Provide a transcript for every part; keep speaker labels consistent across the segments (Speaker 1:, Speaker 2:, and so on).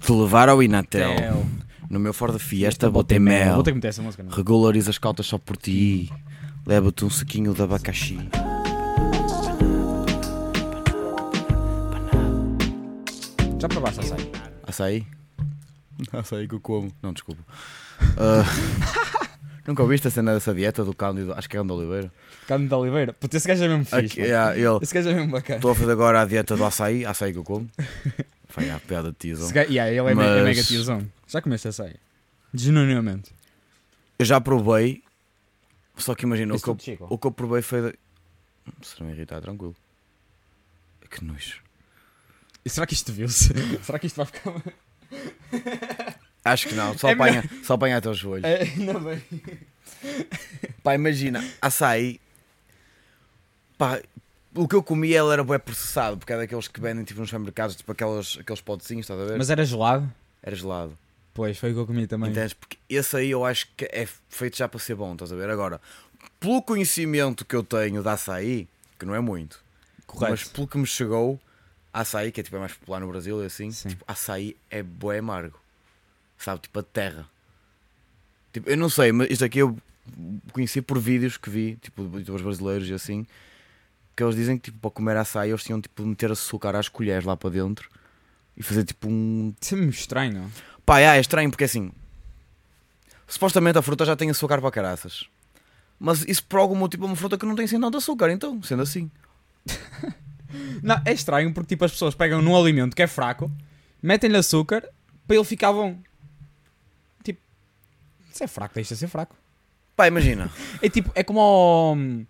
Speaker 1: te levar ao Inatel.
Speaker 2: Tel.
Speaker 1: No meu Ford Fiesta botei mel.
Speaker 2: Vou ter que meter essa música. Não?
Speaker 1: Regulariza as cautas só por ti. Leva-te um suquinho de abacaxi.
Speaker 2: Já provaste açaí?
Speaker 1: Açaí? Açaí que eu como. Não, desculpa. Ah, nunca ouviste a cena dessa dieta do Cândido? Acho que é Cândido Oliveira.
Speaker 2: Cândido de Oliveira. Puta, esse gajo é mesmo fixe.
Speaker 1: Aqui,
Speaker 2: mano.
Speaker 1: yeah, ele.
Speaker 2: Esse gajo é mesmo bacana.
Speaker 1: Estou a fazer agora a dieta do açaí. Açaí que eu como. Foi a piada de tiozão.
Speaker 2: Esse gajo, yeah, ele é, me- é
Speaker 1: Mas-
Speaker 2: mega tiozão. Já comeste açaí? Genuinamente.
Speaker 1: Eu já provei. Só que imagina, o
Speaker 2: Esse
Speaker 1: que, eu,
Speaker 2: tudo Chico.
Speaker 1: é o que eu provei foi. de- Hum, Se não me irritar, é tranquilo. Que nojo.
Speaker 2: E será que isto viu-se? será que isto vai ficar.
Speaker 1: Acho que não, só,
Speaker 2: É
Speaker 1: apanha, só apanha até os joelhos.
Speaker 2: É, não bem.
Speaker 1: Pá, imagina, açaí. Pá, o que eu comia ele era bem processado, porque é daqueles que vendem tipo nos supermercados, tipo aquelas, aqueles potezinhos, estás a ver?
Speaker 2: Mas era gelado?
Speaker 1: Era gelado.
Speaker 2: Pois, foi o que eu comi também.
Speaker 1: Entendes? Porque esse aí eu acho que é feito já para ser bom, estás a ver? Agora, pelo conhecimento que eu tenho de açaí, que não é muito,
Speaker 2: Correto.
Speaker 1: mas pelo que me chegou, açaí, que é tipo é mais popular no Brasil e assim,
Speaker 2: Sim.
Speaker 1: tipo, açaí é bué amargo. Sabe? Tipo a terra. Tipo, eu não sei, mas isto aqui eu conheci por vídeos que vi, tipo, de youtubers brasileiros e assim, que eles dizem que tipo, para comer açaí eles tinham tipo de meter açúcar às colheres lá para dentro e fazer tipo um
Speaker 2: Isso é mesmo estranho.
Speaker 1: Pá, é, é estranho porque assim. Supostamente a fruta já tem açúcar para caraças. Mas isso por algum motivo é uma fruta que não tem assim tanto açúcar, então, sendo assim.
Speaker 2: Não, é estranho porque tipo as pessoas pegam num alimento que é fraco, metem-lhe açúcar para ele ficar bom. Tipo, se é fraco, deixa de ser fraco.
Speaker 1: Pá, imagina.
Speaker 2: É tipo, é como o hum,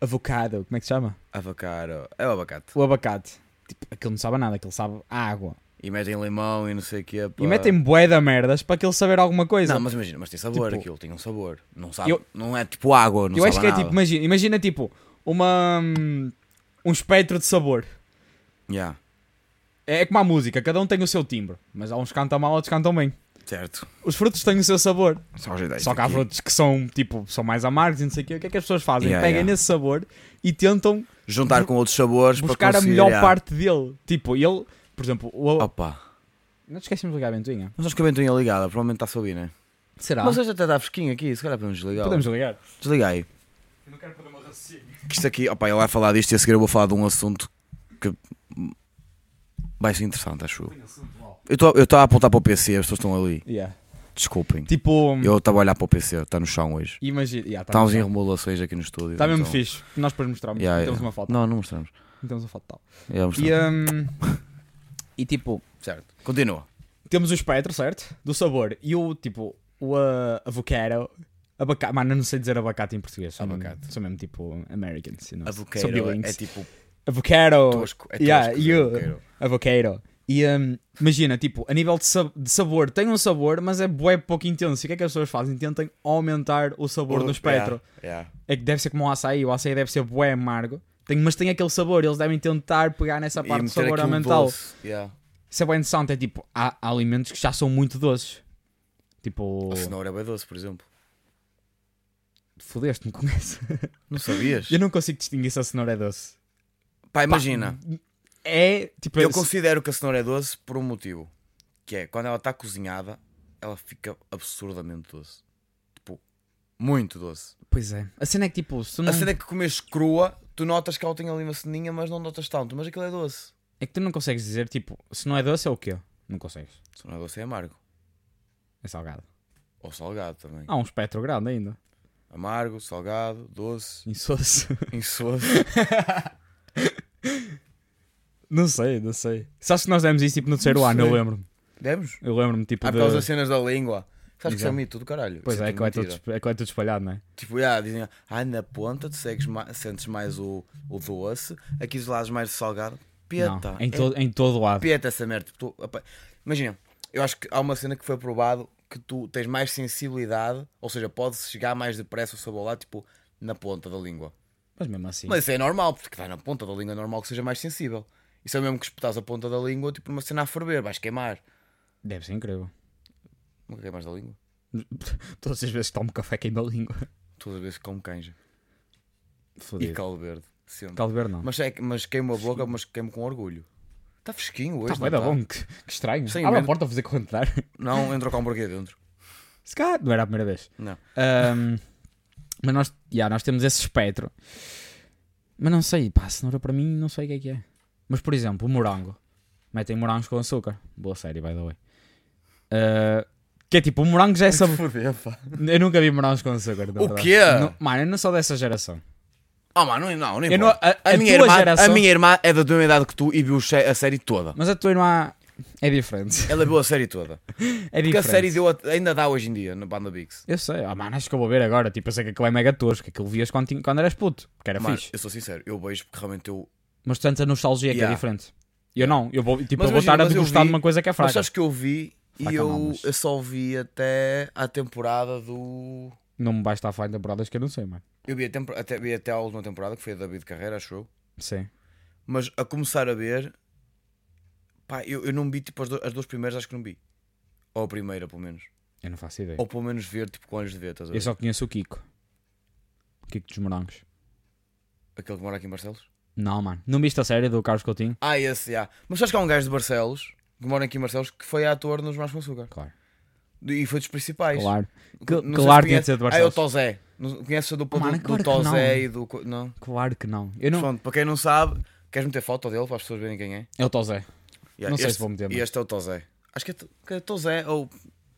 Speaker 2: avocado, como é que se chama?
Speaker 1: Avacaro. É o abacate.
Speaker 2: O abacate. Tipo, aquilo não sabe a nada, aquilo sabe a água.
Speaker 1: E metem limão e não sei o quê. Pá.
Speaker 2: E metem bué da merdas para aquilo saber alguma coisa.
Speaker 1: Não, mas imagina, mas tem sabor
Speaker 2: Tipo-
Speaker 1: aquilo, tem um sabor. Não sabe.
Speaker 2: Eu-
Speaker 1: Não é tipo água, não
Speaker 2: Eu
Speaker 1: sabe
Speaker 2: acho que é
Speaker 1: nada.
Speaker 2: tipo, imagina, imagina tipo, uma hum, um espectro de sabor.
Speaker 1: Yeah,
Speaker 2: É como a música, cada um tem o seu timbre, mas há uns que cantam mal, outros cantam bem.
Speaker 1: certo.
Speaker 2: Os frutos têm o seu sabor.
Speaker 1: Só, as ideias
Speaker 2: Só que há
Speaker 1: É aqui.
Speaker 2: frutos que são, tipo, são mais amargos e não sei o quê. O que é que as pessoas fazem?
Speaker 1: Yeah,
Speaker 2: Pegam
Speaker 1: yeah.
Speaker 2: nesse sabor e tentam
Speaker 1: Juntar com outros sabores para
Speaker 2: buscar a
Speaker 1: conseguir,
Speaker 2: melhor
Speaker 1: yeah.
Speaker 2: parte dele. Tipo, ele, por exemplo, o...
Speaker 1: Opa.
Speaker 2: não te esquecemos de ligar a ventoinha.
Speaker 1: Mas acho que a ventoinha é ligada, provavelmente está a subir, né?
Speaker 2: Será?
Speaker 1: Mas hoje até está fresquinho aqui, se calhar podemos desligar.
Speaker 2: Tá. Podemos ligar.
Speaker 1: Desliga aí.
Speaker 2: Eu não quero perder uma raciocínio.
Speaker 1: que isto aqui, opa, ele vai falar disto e a seguir eu vou falar de um assunto que vai ser interessante, acho eu. Eu estou- Eu estou a apontar para o PC, as pessoas estão ali.
Speaker 2: Yeah.
Speaker 1: Desculpem.
Speaker 2: Tipo,
Speaker 1: Eu estava a olhar para o PC, está no chão hoje.
Speaker 2: imagina. Yeah, tá
Speaker 1: Estamos em
Speaker 2: mesmo-
Speaker 1: remodelações aqui no estúdio.
Speaker 2: tá mesmo
Speaker 1: então-
Speaker 2: fixe. Nós depois mostramos.
Speaker 1: Yeah,
Speaker 2: Temos
Speaker 1: yeah.
Speaker 2: uma foto.
Speaker 1: Não, não mostramos.
Speaker 2: Temos uma foto tal.
Speaker 1: É, mostramos.
Speaker 2: E, hum, e tipo,
Speaker 1: Certo. Continua.
Speaker 2: temos o espectro, certo? Do sabor. E o tipo, o uh, avocado. Abacate, mano, eu não sei dizer abacate em português. Sou
Speaker 1: Abacate.
Speaker 2: Mesmo, sou mesmo tipo Americans. you know, sou
Speaker 1: Avocado
Speaker 2: bilingues.
Speaker 1: é tipo
Speaker 2: Avocado.
Speaker 1: tosco. É tosco.
Speaker 2: Oh, yeah,
Speaker 1: dizer
Speaker 2: you.
Speaker 1: avocado.
Speaker 2: Avocado. E hum, imagina, tipo, a nível de, sab- de sabor, tem um sabor, mas é bué pouco intenso. E o que é que as pessoas fazem? Tentam aumentar o sabor
Speaker 1: Ou-
Speaker 2: no espectro.
Speaker 1: Oh, yeah, yeah.
Speaker 2: É que deve ser como o açaí. O açaí deve ser bué amargo. Tem, mas tem aquele sabor. Eles devem tentar pegar nessa
Speaker 1: E
Speaker 2: parte do
Speaker 1: meter
Speaker 2: sabor
Speaker 1: aqui um
Speaker 2: ambiental.
Speaker 1: doce, yeah.
Speaker 2: Isso é bem interessante. É tipo, há, há alimentos que já são muito doces. Tipo,
Speaker 1: A cenoura é bem doce, por exemplo.
Speaker 2: fodeste-me com essa.
Speaker 1: Não sabias?
Speaker 2: Eu não consigo distinguir se a cenoura é doce.
Speaker 1: Pá, imagina.
Speaker 2: É tipo.
Speaker 1: Eu
Speaker 2: se-
Speaker 1: considero que a cenoura é doce por um motivo. Que é, quando ela está cozinhada, ela fica absurdamente doce. Tipo, muito doce.
Speaker 2: Pois é. A cena é que tipo, se tu não...
Speaker 1: A cena é que comes crua, tu notas que ela tem ali uma ceninha, mas não notas tanto. Mas aquilo é doce.
Speaker 2: é que tu não consegues dizer tipo, se não é doce é o quê? Não consegues.
Speaker 1: Se não é doce, é amargo.
Speaker 2: É salgado.
Speaker 1: Ou salgado também.
Speaker 2: Há um espectro grande ainda.
Speaker 1: Amargo, salgado, doce,
Speaker 2: Insosso.
Speaker 1: insosso.
Speaker 2: não sei, não sei. Sabes que nós demos isso tipo no terceiro
Speaker 1: Não
Speaker 2: ano? Eu
Speaker 1: sei.
Speaker 2: lembro-me.
Speaker 1: Demos?
Speaker 2: Eu lembro-me tipo
Speaker 1: Há
Speaker 2: de.
Speaker 1: Ah, por causa das cenas da língua. Sabes que isso é
Speaker 2: Exato.
Speaker 1: um mito do caralho.
Speaker 2: Pois
Speaker 1: Isso
Speaker 2: é, que
Speaker 1: tudo
Speaker 2: é, tudo,
Speaker 1: mentira.
Speaker 2: esp- é que é tudo espalhado, não é?
Speaker 1: Tipo, ah, dizem, ah, na ponta tu segues ma- sentes mais o, o doce, aqui dos lados mais o salgado. Peta.
Speaker 2: não, em,
Speaker 1: é
Speaker 2: todo em todo lado.
Speaker 1: Pieta essa merda. tipo, tu- apa- imagina, eu acho que há uma cena que foi provado que tu tens mais sensibilidade, ou seja, podes chegar mais depressa ao sabor lá, tipo, na ponta da língua.
Speaker 2: Mas mesmo assim.
Speaker 1: Mas isso é normal, porque vai na ponta da língua, é normal que seja mais sensível. Isso é o mesmo que espetares a ponta da língua, tipo, numa cena a ferver, vais queimar.
Speaker 2: Deve ser incrível.
Speaker 1: Nunca queimas da língua.
Speaker 2: Todas as vezes que tomo café queima a língua.
Speaker 1: Todas as vezes como canja. E
Speaker 2: Fodido.
Speaker 1: caldo verde, sempre.
Speaker 2: Caldo verde não.
Speaker 1: Mas, é, que- mas queimo a boca, mas queimo com orgulho. Está fresquinho hoje.
Speaker 2: Está bem,
Speaker 1: não
Speaker 2: da
Speaker 1: tá?
Speaker 2: bom, que, que estranho.
Speaker 1: Sem
Speaker 2: Abre a
Speaker 1: medo.
Speaker 2: porta a fazer corrente de ar.
Speaker 1: Não entrou com um porquê dentro.
Speaker 2: Se calhar não era a primeira vez.
Speaker 1: Não.
Speaker 2: Ahm, mas nós, yeah, nós temos esse espectro. Mas não sei, pá, a cenoura para mim não sei o que é que é. Mas por exemplo, o morango. Metem morangos com açúcar. Boa série, by the way. Ah, que é tipo, o morango já é sabor.
Speaker 1: Foder, pá.
Speaker 2: Eu nunca vi morangos com açúcar. na
Speaker 1: O
Speaker 2: verdade.
Speaker 1: quê?
Speaker 2: Não- mano, eu não sou dessa geração.
Speaker 1: Ah, mano, não, não,
Speaker 2: Eu não-
Speaker 1: importa.
Speaker 2: a,
Speaker 1: a,
Speaker 2: a
Speaker 1: minha
Speaker 2: tua
Speaker 1: irmã,
Speaker 2: geração.
Speaker 1: a minha irmã é da mesma idade que tu e viu che- a série toda.
Speaker 2: Mas a tua irmã é diferente.
Speaker 1: Ela viu a série toda.
Speaker 2: É
Speaker 1: Porque a
Speaker 2: diferente.
Speaker 1: série deu a- ainda dá hoje em dia na Banda Bix.
Speaker 2: Eu sei, ah, mano, acho que eu vou ver agora. Tipo, eu sei que aquilo é mega tosco. que Aquilo vias quando, tin- quando eras puto, que era
Speaker 1: Mano,
Speaker 2: É fixe.
Speaker 1: eu sou sincero, eu vejo porque realmente eu.
Speaker 2: Mas tanto a nostalgia que é
Speaker 1: Yeah.
Speaker 2: diferente. Eu não, eu vou, tipo,
Speaker 1: Mas
Speaker 2: eu
Speaker 1: imagina,
Speaker 2: vou estar a
Speaker 1: mas eu
Speaker 2: degustar
Speaker 1: vi-
Speaker 2: de uma coisa que é
Speaker 1: Mas
Speaker 2: fraca.
Speaker 1: sabes que eu vi
Speaker 2: Fraca
Speaker 1: e eu,
Speaker 2: não, é mas-
Speaker 1: eu só vi até a temporada do.
Speaker 2: Não me basta a falar em temporadas que eu não sei, mano.
Speaker 1: Eu vi, a tempo- até, vi até a última temporada, que foi a da David Carreira, acho eu.
Speaker 2: Sim.
Speaker 1: Mas a começar a ver, pá, eu, eu não vi tipo as, do- as duas primeiras, acho que não vi. Ou a primeira, pelo menos.
Speaker 2: Eu não faço ideia.
Speaker 1: Ou pelo menos ver tipo com olhos de ver, estás a ver?
Speaker 2: Eu só conheço o Kiko. O Kiko dos Morangos. um-
Speaker 1: Aquele que mora aqui em Barcelos.
Speaker 2: Não, mano. Não viste a série do Carlos Coutinho?
Speaker 1: Ah, esse, já. Mas sabes que há um gajo de Barcelos, que mora aqui em Barcelos, que foi ator nos Mais com Açúcar.
Speaker 2: Claro.
Speaker 1: E foi dos principais.
Speaker 2: Claro.
Speaker 1: Não sei se
Speaker 2: claro tinha de
Speaker 1: conhece-
Speaker 2: ser de
Speaker 1: Ah, é o
Speaker 2: Barcelos.
Speaker 1: Tozé. Não- Conheces a dupla
Speaker 2: Oh, mano,
Speaker 1: do,
Speaker 2: claro
Speaker 1: do
Speaker 2: que não.
Speaker 1: Tozé e do. co- Não?
Speaker 2: Claro que não. Eu não...
Speaker 1: Pronto, para quem não sabe, queres meter foto dele para as pessoas verem quem é?
Speaker 2: É o Tozé.
Speaker 1: Yeah,
Speaker 2: Não sei
Speaker 1: este,
Speaker 2: se vou meter,
Speaker 1: E
Speaker 2: mas-
Speaker 1: este é o Tozé. Acho que é, To- que é Tozé ou.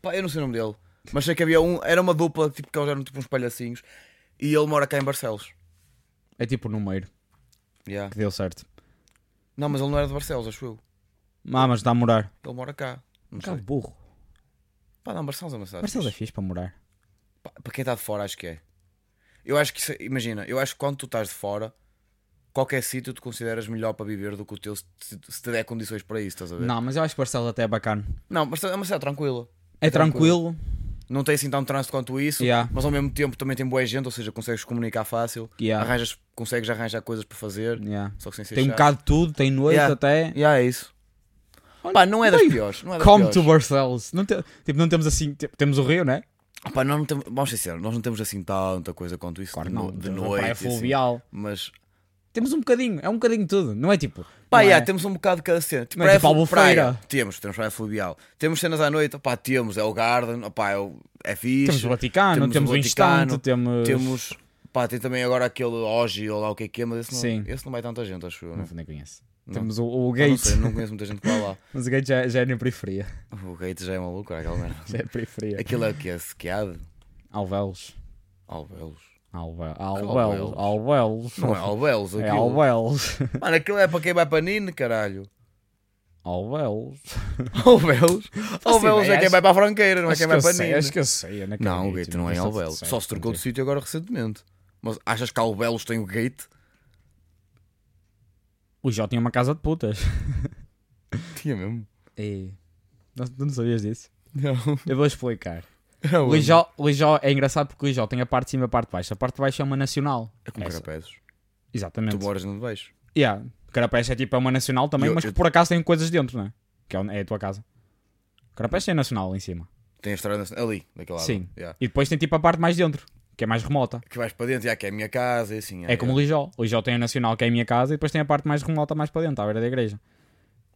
Speaker 1: Pá, eu não sei o nome dele. Mas sei que havia um. Era uma dupla tipo, que eles eram tipo uns palhacinhos. E ele mora cá em Barcelos.
Speaker 2: É tipo o número
Speaker 1: Yeah.
Speaker 2: que deu certo.
Speaker 1: Não, mas ele não era de Barcelos, acho eu.
Speaker 2: Ah, mas dá a morar.
Speaker 1: Ele mora cá. Não
Speaker 2: Um bocado
Speaker 1: sei.
Speaker 2: burro.
Speaker 1: Pá, não, Barcelos é uma cidade.
Speaker 2: Marcelo é
Speaker 1: fixe.
Speaker 2: fixe para morar. é.
Speaker 1: Pá, para quem está de fora, acho que é. Eu acho que. isso- é, Imagina, eu acho que quando tu estás de fora. Qualquer sítio tu consideras melhor para viver do que o teu se se- se te der condições para isso, estás a ver?
Speaker 2: Não, mas eu acho que Barcelos até é bacana.
Speaker 1: Não, mas é uma cidade tranquila.
Speaker 2: É,
Speaker 1: É
Speaker 2: tranquilo.
Speaker 1: tranquilo. Não tem assim tanto trânsito quanto isso,
Speaker 2: Yeah.
Speaker 1: mas ao mesmo tempo também tem boa gente, ou seja, consegues comunicar fácil,
Speaker 2: Yeah.
Speaker 1: arranjas, consegues arranjar coisas para fazer,
Speaker 2: Yeah.
Speaker 1: só que sem ser
Speaker 2: Tem um
Speaker 1: chato.
Speaker 2: bocado de tudo, tem noite
Speaker 1: Yeah.
Speaker 2: até.
Speaker 1: Yeah, é isso.
Speaker 2: Olha,
Speaker 1: Pá, não é das
Speaker 2: bem,
Speaker 1: piores. Não é das
Speaker 2: Come
Speaker 1: piores.
Speaker 2: to Barcelos. Não te- tipo, não temos assim. tipo, temos o Rio, né?
Speaker 1: Pá, nós não temos, vamos ser sinceros, nós não temos assim tanta coisa quanto isso de, no- de
Speaker 2: temos a
Speaker 1: noite.
Speaker 2: Praia
Speaker 1: assim.
Speaker 2: fluvial.
Speaker 1: Mas,
Speaker 2: Temos um bocadinho. É um bocadinho de tudo. Não é tipo.
Speaker 1: pá,
Speaker 2: não
Speaker 1: yeah,
Speaker 2: é-
Speaker 1: temos um bocado de cada cena. Tipo,
Speaker 2: Não é tipo
Speaker 1: flu-
Speaker 2: Albufeira.
Speaker 1: praia. Temos, temos praia fluvial. Temos cenas à noite, pá, temos, é o Garden, opá, é, o, é fixe.
Speaker 2: temos o Vaticano, temos, o
Speaker 1: Vaticano,
Speaker 2: Instante, temos.
Speaker 1: Temos. Pá, tem também agora aquele Oji ou lá o que é que é, mas esse não,
Speaker 2: Sim.
Speaker 1: esse não vai tanta gente, acho eu. Né?
Speaker 2: Não, nem conheço.
Speaker 1: Não.
Speaker 2: Temos o, o
Speaker 1: Ah, Não,
Speaker 2: Gate.
Speaker 1: sei, não conheço muita gente que vai lá.
Speaker 2: Mas o Gate já, já é na periferia.
Speaker 1: O Gate já é uma loucura, aquela merda.
Speaker 2: Já é periferia.
Speaker 1: Aquilo é o que é sequeado?
Speaker 2: Alvelos.
Speaker 1: Albelos.
Speaker 2: Alve-
Speaker 1: Alvelos.
Speaker 2: Alvelos. Alvelos.
Speaker 1: Não é Albelos
Speaker 2: É
Speaker 1: aquilo.
Speaker 2: Alvelos.
Speaker 1: Mano, aquilo é para quem vai para Nino, caralho.
Speaker 2: Alvelos.
Speaker 1: Albelos? Albelos é
Speaker 2: ideia,
Speaker 1: quem
Speaker 2: Assim, acho-
Speaker 1: vai para a Franqueira, não é
Speaker 2: Acho
Speaker 1: quem
Speaker 2: que
Speaker 1: vai
Speaker 2: eu
Speaker 1: para
Speaker 2: sei,
Speaker 1: Nino.
Speaker 2: Acho que eu sei. eu naquele
Speaker 1: Não, o Gate não é
Speaker 2: mas sei-
Speaker 1: Albelos.
Speaker 2: sei,
Speaker 1: Só se trocou de
Speaker 2: sei.
Speaker 1: sítio agora recentemente. Mas achas que Albelos tem o Gate?
Speaker 2: O Jó tinha uma casa de putas.
Speaker 1: Tinha mesmo. É.
Speaker 2: E... Não, não sabias disso?
Speaker 1: Não.
Speaker 2: Eu vou explicar. é
Speaker 1: Era onde?
Speaker 2: Lijó, Lijó é engraçado porque Lijó tem a parte de cima e a parte de baixo. A parte de baixo é uma nacional.
Speaker 1: É como
Speaker 2: Essa.
Speaker 1: rapazes. Tu
Speaker 2: Exatamente.
Speaker 1: moras no de baixo.
Speaker 2: Yeah. Carapeste é tipo é uma nacional também,
Speaker 1: Eu-
Speaker 2: mas que
Speaker 1: eu-
Speaker 2: por acaso tem coisas dentro, não é? Que é onde- é a tua casa. Carapeste é nacional lá em cima.
Speaker 1: Tem a estrada na- ali, daquela lado.
Speaker 2: Sim.
Speaker 1: Yeah.
Speaker 2: E depois tem tipo a parte mais dentro, que é mais remota.
Speaker 1: Que vais para dentro, já que é a minha casa e assim.
Speaker 2: É, como o Lijó. Lijó tem a nacional, que é a minha casa, e depois tem a parte mais remota, mais para dentro, à beira da igreja.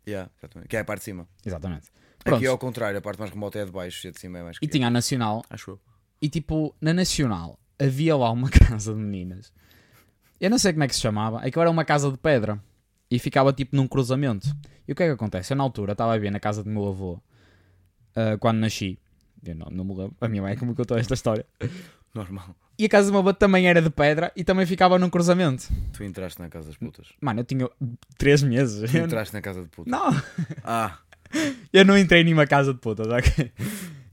Speaker 1: Yeah, exatamente. que é a parte de cima.
Speaker 2: Exatamente. Pronto.
Speaker 1: Aqui é ao contrário, a parte mais remota é a de baixo e a de cima é mais que
Speaker 2: E tinha a nacional,
Speaker 1: Acho eu.
Speaker 2: E tipo, na Nacional havia lá uma casa de meninas. Eu não sei como é que se chamava. Aquilo era uma casa de pedra. E ficava tipo num cruzamento. E o que é que acontece? Eu na altura estava a ver na casa do meu avô. ah, quando nasci. Eu não, não me lembro. A minha mãe é que me contou esta história.
Speaker 1: Normal.
Speaker 2: E a casa do meu avô também era de pedra. E também ficava num cruzamento.
Speaker 1: Tu entraste na casa das putas.
Speaker 2: Mano, eu tinha 3 meses.
Speaker 1: Tu
Speaker 2: Eu,
Speaker 1: entraste na casa de putas.
Speaker 2: não,
Speaker 1: Ah,
Speaker 2: eu não entrei em nenhuma casa de putas, ok?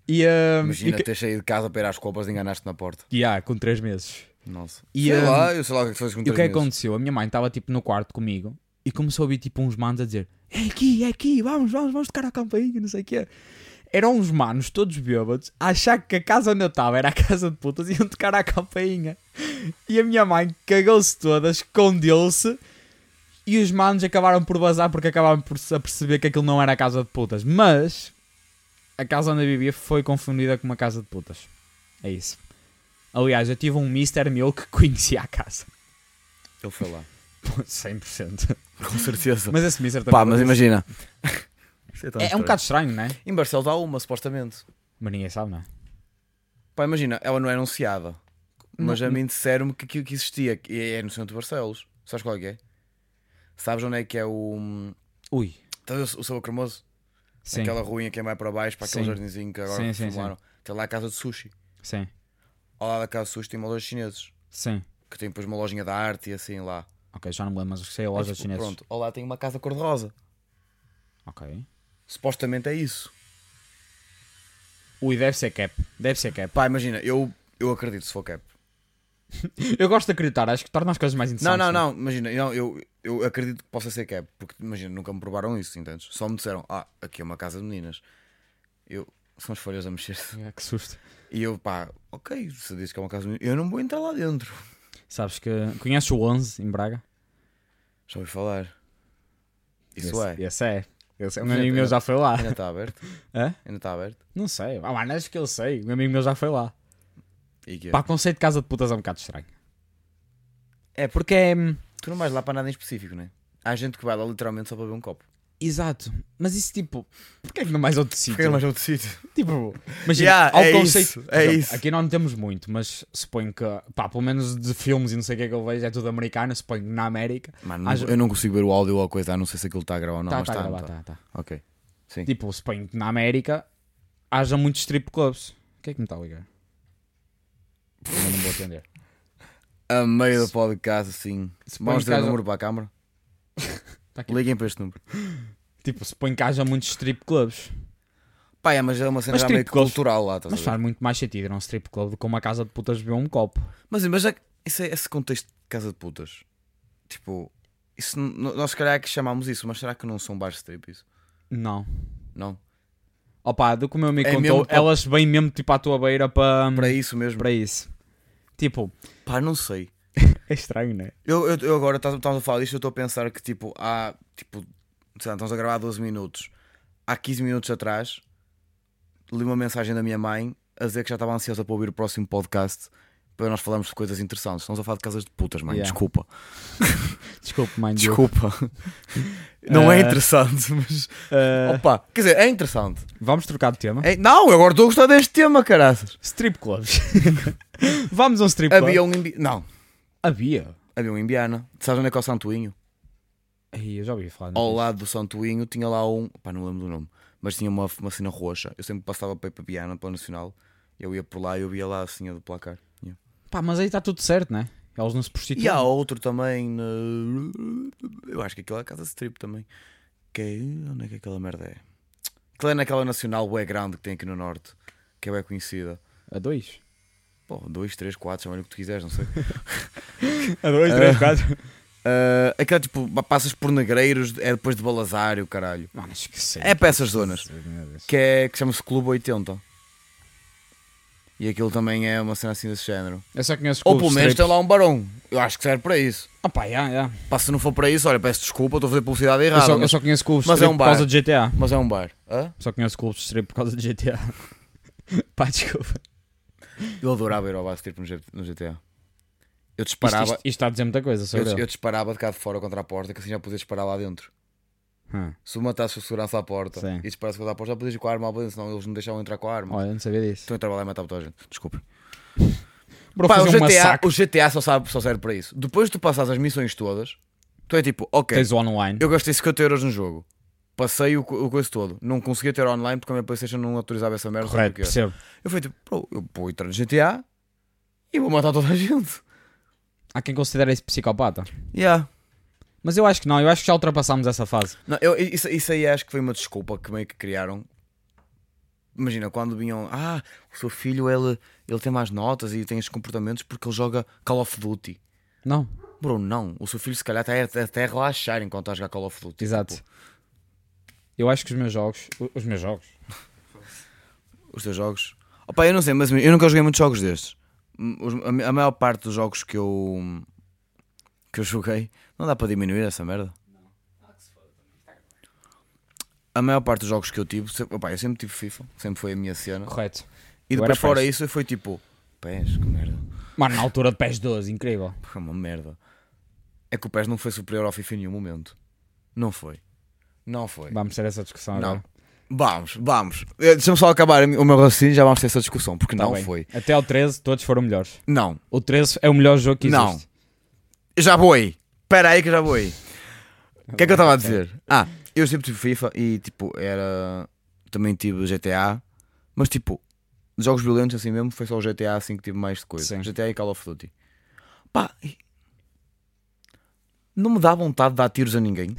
Speaker 2: E, ah,
Speaker 1: imagina
Speaker 2: e que-
Speaker 1: ter saído de casa para ir às compras e enganaste na porta.
Speaker 2: Yeah, com 3 meses.
Speaker 1: Nossa.
Speaker 2: E,
Speaker 1: sei
Speaker 2: hum,
Speaker 1: lá, eu sei lá o que é que fazes com
Speaker 2: E o
Speaker 1: três
Speaker 2: que é que
Speaker 1: meses.
Speaker 2: aconteceu? A minha mãe estava tipo no quarto comigo e começou a ouvir tipo uns manos a dizer: É aqui, é aqui, vamos, vamos, vamos tocar a campainha, não sei o quê. Eram uns manos todos bêbados a achar que a casa onde eu estava era a casa de putas e iam tocar à campainha. E a minha mãe cagou-se toda, escondeu-se e os manos acabaram por bazar porque acabaram por se aperceber que aquilo não era a casa de putas. Mas a casa onde eu vivia foi confundida com uma casa de putas. É isso. Aliás, eu tive um Mr. meu que conhecia a casa.
Speaker 1: Ele foi lá.
Speaker 2: Pô, 100%.
Speaker 1: Com certeza.
Speaker 2: Mas esse Miser também.
Speaker 1: Pá, mas imagina. Isso tão
Speaker 2: É, é um
Speaker 1: estranho.
Speaker 2: bocado estranho, né?
Speaker 1: Em Barcelos há uma, supostamente.
Speaker 2: Mas ninguém sabe, não é?
Speaker 1: Pá, imagina, ela não é anunciada. Mas
Speaker 2: Não-
Speaker 1: a mim disseram-me que aquilo que existia que é no centro de Barcelos. Sabes qual é que é? Sabes onde é que é o.
Speaker 2: Ui.
Speaker 1: Estás o Sabor Cremoso?
Speaker 2: Sim.
Speaker 1: Aquela ruinha que é mais para baixo, para aquele
Speaker 2: Sim.
Speaker 1: jardinzinho que agora
Speaker 2: Sim, sim,
Speaker 1: reformaram. Tem lá é a casa de sushi.
Speaker 2: Sim.
Speaker 1: Ao lado da casa de sushi tem uma loja de chineses.
Speaker 2: Sim.
Speaker 1: Que tem depois uma lojinha da arte e assim lá.
Speaker 2: Ok, já não me lembro, mas sei a loja
Speaker 1: Mas, tipo,
Speaker 2: dos chineses.
Speaker 1: Pronto, ao lado tem uma casa cor-de-rosa.
Speaker 2: Ok.
Speaker 1: Supostamente é isso.
Speaker 2: Ui, deve ser cap. Deve ser cap.
Speaker 1: Pá, imagina, eu, eu acredito se for cap.
Speaker 2: Eu gosto de acreditar, acho que torna as coisas mais
Speaker 1: Não,
Speaker 2: interessantes.
Speaker 1: não, não, imagina, não, eu, eu acredito que possa ser cap, porque imagina, nunca me provaram isso, entendes? Só me disseram, ah, aqui é uma casa de meninas. Eu, são as folhas a mexer-se.
Speaker 2: não. né? que susto.
Speaker 1: E eu, pá, ok, se diz que é uma casa de meninas, eu não vou entrar lá dentro.
Speaker 2: Sabes que. Conheces o 11 em Braga?
Speaker 1: Já ouvi falar. Isso é.
Speaker 2: Esse- Esse é. Esse é. Um
Speaker 1: Mas é-
Speaker 2: amigo meu já foi lá.
Speaker 1: Ainda está aberto?
Speaker 2: Hã?
Speaker 1: Ainda está aberto?
Speaker 2: Não sei. Ah, mano, acho que eu sei. Um amigo meu já foi lá.
Speaker 1: E que é?
Speaker 2: Pá, o conceito de casa de putas é um bocado estranho.
Speaker 1: É,
Speaker 2: porque é. hum,
Speaker 1: Tu não vais lá para nada em específico, não é? Há gente que vai lá literalmente só para beber um copo.
Speaker 2: Exato. Mas isso tipo. Porquê que não é mais outro sítio?
Speaker 1: Fica mais outro sítio.
Speaker 2: Tipo, imagina,
Speaker 1: Yeah,
Speaker 2: há o
Speaker 1: é
Speaker 2: conceito.
Speaker 1: isso,
Speaker 2: por
Speaker 1: é
Speaker 2: exemplo,
Speaker 1: isso.
Speaker 2: Aqui não temos muito, mas suponho que, pá, pelo menos de filmes e não sei o que é que eu vejo, é tudo americano, suponho que na América.
Speaker 1: Mano,
Speaker 2: Há
Speaker 1: não-
Speaker 2: jo-
Speaker 1: eu não consigo ver o áudio ou a coisa, a não sei se aquilo está a gravar ou não.
Speaker 2: tá,
Speaker 1: mas
Speaker 2: tá,
Speaker 1: está,
Speaker 2: tá,
Speaker 1: não
Speaker 2: tá, tá.
Speaker 1: tá. Ok. Sim.
Speaker 2: Tipo, suponho que na América haja muitos strip clubs. O que é que me está a ligar? Eu não vou atender.
Speaker 1: A meio do podcast, assim.
Speaker 2: Suponho
Speaker 1: Vamos
Speaker 2: que
Speaker 1: ter o
Speaker 2: haja-
Speaker 1: número para a câmara?
Speaker 2: Tá aqui.
Speaker 1: Liguem para este número.
Speaker 2: Tipo, suponho que haja muitos strip clubs.
Speaker 1: Pá, é, mas é uma cena
Speaker 2: Mas
Speaker 1: já meio
Speaker 2: tipo, golf-
Speaker 1: cultural lá, estás a
Speaker 2: Mas
Speaker 1: ver?
Speaker 2: faz muito mais sentido ir a um strip club do que uma casa de putas beber um copo.
Speaker 1: Mas, mas já que- isso é, esse contexto de casa de putas, tipo, isso, n- n- nós se calhar é que chamámos isso, mas será que não são bares de strip isso?
Speaker 2: Não.
Speaker 1: Não.
Speaker 2: Opa, do que o meu amigo
Speaker 1: É
Speaker 2: contou,
Speaker 1: mesmo para-
Speaker 2: elas vêm mesmo tipo à tua beira para
Speaker 1: Para isso mesmo?
Speaker 2: para isso. Tipo,
Speaker 1: Pá, não sei.
Speaker 2: é estranho, né?
Speaker 1: Eu, eu, eu agora estás- estamos a falar disto, eu estou a pensar que tipo, há tipo, sei lá, estamos a gravar 12 minutos. Há 15 minutos atrás li uma mensagem da minha mãe a dizer que já estava ansiosa para ouvir o próximo podcast para nós falarmos de coisas interessantes. Estamos a falar de casas de putas, mãe.
Speaker 2: Yeah.
Speaker 1: Desculpa.
Speaker 2: Desculpe, mãe.
Speaker 1: Desculpa. Não é
Speaker 2: Eh,
Speaker 1: interessante, mas.
Speaker 2: Eh,
Speaker 1: Opa, quer dizer, é interessante.
Speaker 2: vamos trocar de tema.
Speaker 1: É- Não, eu agora estou a gostar deste tema, caraças.
Speaker 2: Strip clubs. vamos a um strip club.
Speaker 1: Havia um. Imbi... Não,
Speaker 2: Havia.
Speaker 1: havia um Indiana. Sabes onde é que é o Santuinho?
Speaker 2: Ai, eu já ouvi falar. não
Speaker 1: ao
Speaker 2: sei.
Speaker 1: lado do Santuinho tinha lá um. Pá, não lembro do nome, mas tinha uma, uma cena roxa. Eu sempre passava para Papiana, para o Nacional. Eu ia por lá e eu via lá assim, a senha do placar. Yeah.
Speaker 2: Pá, mas aí está tudo certo, né? Eles não se prostituem.
Speaker 1: E há outro também. na- Eu acho que aquilo é a casa de strip também. Que é... Onde é que aquela merda é? Aquela é naquela Nacional bué grande que tem aqui no Norte, que é bem conhecida.
Speaker 2: A dois.
Speaker 1: Pô, 2, 3, 4, chama-lhe o que tu quiseres, não sei.
Speaker 2: A dois,
Speaker 1: três,
Speaker 2: quatro.
Speaker 1: Ah, aquela tipo, passas por Negreiros, é depois de Balazário, caralho.
Speaker 2: Mano, esqueci.
Speaker 1: É para essas zonas. que, é, que chama-se Clube 80. E aquilo também é uma cena assim desse género.
Speaker 2: Eu só conheço
Speaker 1: Ou
Speaker 2: clubes
Speaker 1: pelo menos
Speaker 2: strip.
Speaker 1: tem lá um barão. Eu acho que serve para isso.
Speaker 2: Ah, pá, já, já.
Speaker 1: Pá, se não for para isso, olha, peço desculpa, estou a fazer publicidade
Speaker 2: Eu,
Speaker 1: errada.
Speaker 2: só, eu
Speaker 1: mas,
Speaker 2: só conheço clubes
Speaker 1: Mas é
Speaker 2: strip
Speaker 1: um
Speaker 2: por
Speaker 1: bar.
Speaker 2: causa de GTA.
Speaker 1: mas é um bar. Hã?
Speaker 2: Só conheço clubes strip por causa de GTA. pá, desculpa.
Speaker 1: Eu adorava ir ao bar strip no G- no GTA. Eu disparava,
Speaker 2: Isto, isto, isto está a dizer muita coisa sobre
Speaker 1: eu,
Speaker 2: ele.
Speaker 1: eu disparava de cá de fora contra a porta, que assim já podia disparar lá dentro.
Speaker 2: Hum,
Speaker 1: Se matasse o segurança à porta
Speaker 2: Sim.
Speaker 1: e disparasse contra a porta, já podias ir com a arma à balança, senão eles não deixavam entrar com a arma.
Speaker 2: Olha, eu não sabia disso.
Speaker 1: Estão a trabalhar e matar toda a gente. Desculpa.
Speaker 2: Bro,
Speaker 1: Pá, o,
Speaker 2: fazer um
Speaker 1: GTA,
Speaker 2: massacre.
Speaker 1: o GTA só, sabe, só serve para isso. Depois de tu passares as missões todas, tu é tipo, ok,
Speaker 2: Tens um- o online.
Speaker 1: eu gastei 50 euros no jogo, passei o, co- o coisa todo, não conseguia ter online porque a minha PlayStation não autorizava essa merda.
Speaker 2: Correto,
Speaker 1: sabe o quê?
Speaker 2: percebo.
Speaker 1: Eu fui tipo, bro, eu vou entrar no GTA e vou matar toda a gente.
Speaker 2: Há quem considera isso psicopata.
Speaker 1: Yeah.
Speaker 2: Mas eu acho que não, eu acho que já ultrapassámos essa fase.
Speaker 1: Não, eu, isso, isso aí acho que foi uma desculpa que meio que criaram. Imagina, quando vinham, ah, o seu filho ele, ele tem mais notas e tem estes comportamentos porque ele joga Call of Duty.
Speaker 2: Não,
Speaker 1: Bro, não. O seu filho se calhar está até, até a relaxar enquanto está a jogar Call of Duty.
Speaker 2: exato.
Speaker 1: Tipo,
Speaker 2: Eu acho que os meus jogos. o- Os meus jogos?
Speaker 1: os teus jogos. Opa, eu não sei, mas eu nunca joguei muitos jogos destes. Hum, os- a mi- a, maior parte dos jogos que eu. que eu joguei. Não dá para diminuir essa merda. A maior parte dos jogos que eu tive. se- opa, eu sempre tive FIFA, sempre foi a minha cena.
Speaker 2: Correto.
Speaker 1: E
Speaker 2: Eu
Speaker 1: depois,
Speaker 2: era
Speaker 1: fora
Speaker 2: PES.
Speaker 1: isso, foi tipo. PES, que merda.
Speaker 2: Mano, na altura de PES 12, incrível.
Speaker 1: Pô, É uma merda. é que o PES não foi superior ao FIFA em nenhum momento. Não foi. Não foi.
Speaker 2: Vamos ter essa discussão
Speaker 1: Não.
Speaker 2: agora.
Speaker 1: Vamos, vamos. Eh, Deixa-me só acabar o meu raciocínio e já vamos ter essa discussão, porque
Speaker 2: Tá
Speaker 1: não
Speaker 2: bem.
Speaker 1: foi.
Speaker 2: Até ao 13 todos foram melhores.
Speaker 1: Não,
Speaker 2: O 13 é o melhor jogo que
Speaker 1: Não.
Speaker 2: existe.
Speaker 1: já vou aí. Espera aí que eu já vou aí. O que é que eu estava a dizer? Ah, eu sempre tive FIFA e tipo, era. Também tive GTA, mas tipo, de jogos violentos assim mesmo, foi só o GTA assim que tive mais de coisa.
Speaker 2: Sim.
Speaker 1: GTA e Call of Duty. Pá, e- não me dá vontade de dar tiros a ninguém.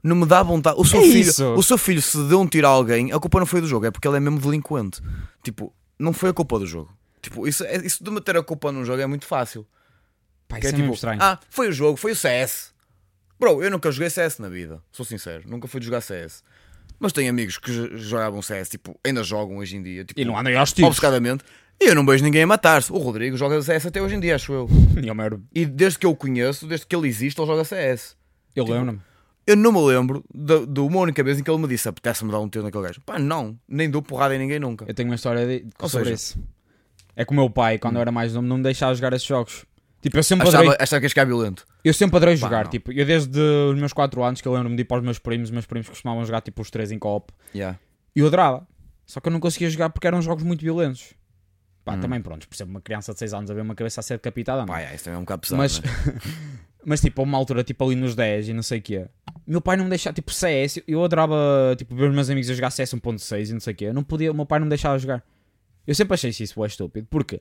Speaker 1: Não me dá vontade. O seu,
Speaker 2: É
Speaker 1: filho,
Speaker 2: isso.
Speaker 1: o seu filho, se deu um tiro a alguém, a culpa não foi do jogo, é porque ele é mesmo delinquente. Tipo, não foi a culpa do jogo. Tipo, isso, é- isso de meter a culpa num jogo é muito fácil.
Speaker 2: Pá,
Speaker 1: Que
Speaker 2: isso é,
Speaker 1: é tipo,
Speaker 2: mesmo estranho.
Speaker 1: ah, foi o jogo, foi o CS. Bro, eu nunca joguei CS na vida, sou sincero, nunca fui de jogar CS. Mas tenho amigos que jo- jogavam CS, tipo, ainda jogam hoje em dia, tipo,
Speaker 2: E não andam aos tiros.
Speaker 1: obcecadamente. E eu não vejo ninguém a matar-se. O Rodrigo joga CS até hoje em dia, acho eu.
Speaker 2: E ao maior-
Speaker 1: E desde que eu o conheço, desde que ele existe, ele joga CS.
Speaker 2: Eu
Speaker 1: Tipo,
Speaker 2: lembro-me.
Speaker 1: Eu não me lembro de, de uma única vez em que ele me disse apetece-me dar um tiro naquele gajo. Pá, não, nem dou porrada em ninguém nunca.
Speaker 2: Eu tenho uma história de-
Speaker 1: Ou
Speaker 2: sobre
Speaker 1: seja- Hum.
Speaker 2: isso. É que o meu pai, quando eu era mais novo, não me deixava jogar esses jogos. Tipo, eu sempre adorei,
Speaker 1: Achava, achava que este gajo é violento.
Speaker 2: eu sempre adorei
Speaker 1: Pá,
Speaker 2: jogar.
Speaker 1: não.
Speaker 2: Tipo, eu desde os meus 4 anos, que eu lembro-me de ir para os meus primos, os meus primos costumavam jogar tipo os 3 em co-op.
Speaker 1: Yeah.
Speaker 2: E eu adorava. Só que eu não conseguia jogar porque eram jogos muito violentos. Pá, também pronto, por exemplo, uma criança de 6 anos a ver uma cabeça a ser decapitada. não.
Speaker 1: Hum. Pá, yeah, isso também é um bocado pesado.
Speaker 2: Mas-
Speaker 1: né?
Speaker 2: Mas tipo, a uma altura, tipo ali nos 10 e não sei o quê, meu pai não me deixava, tipo CS, eu adorava, tipo, ver os meus amigos a jogar CS 1.6 e não sei o quê, eu não podia, o meu pai não me deixava jogar. Eu sempre achei isso bué estúpido, porque,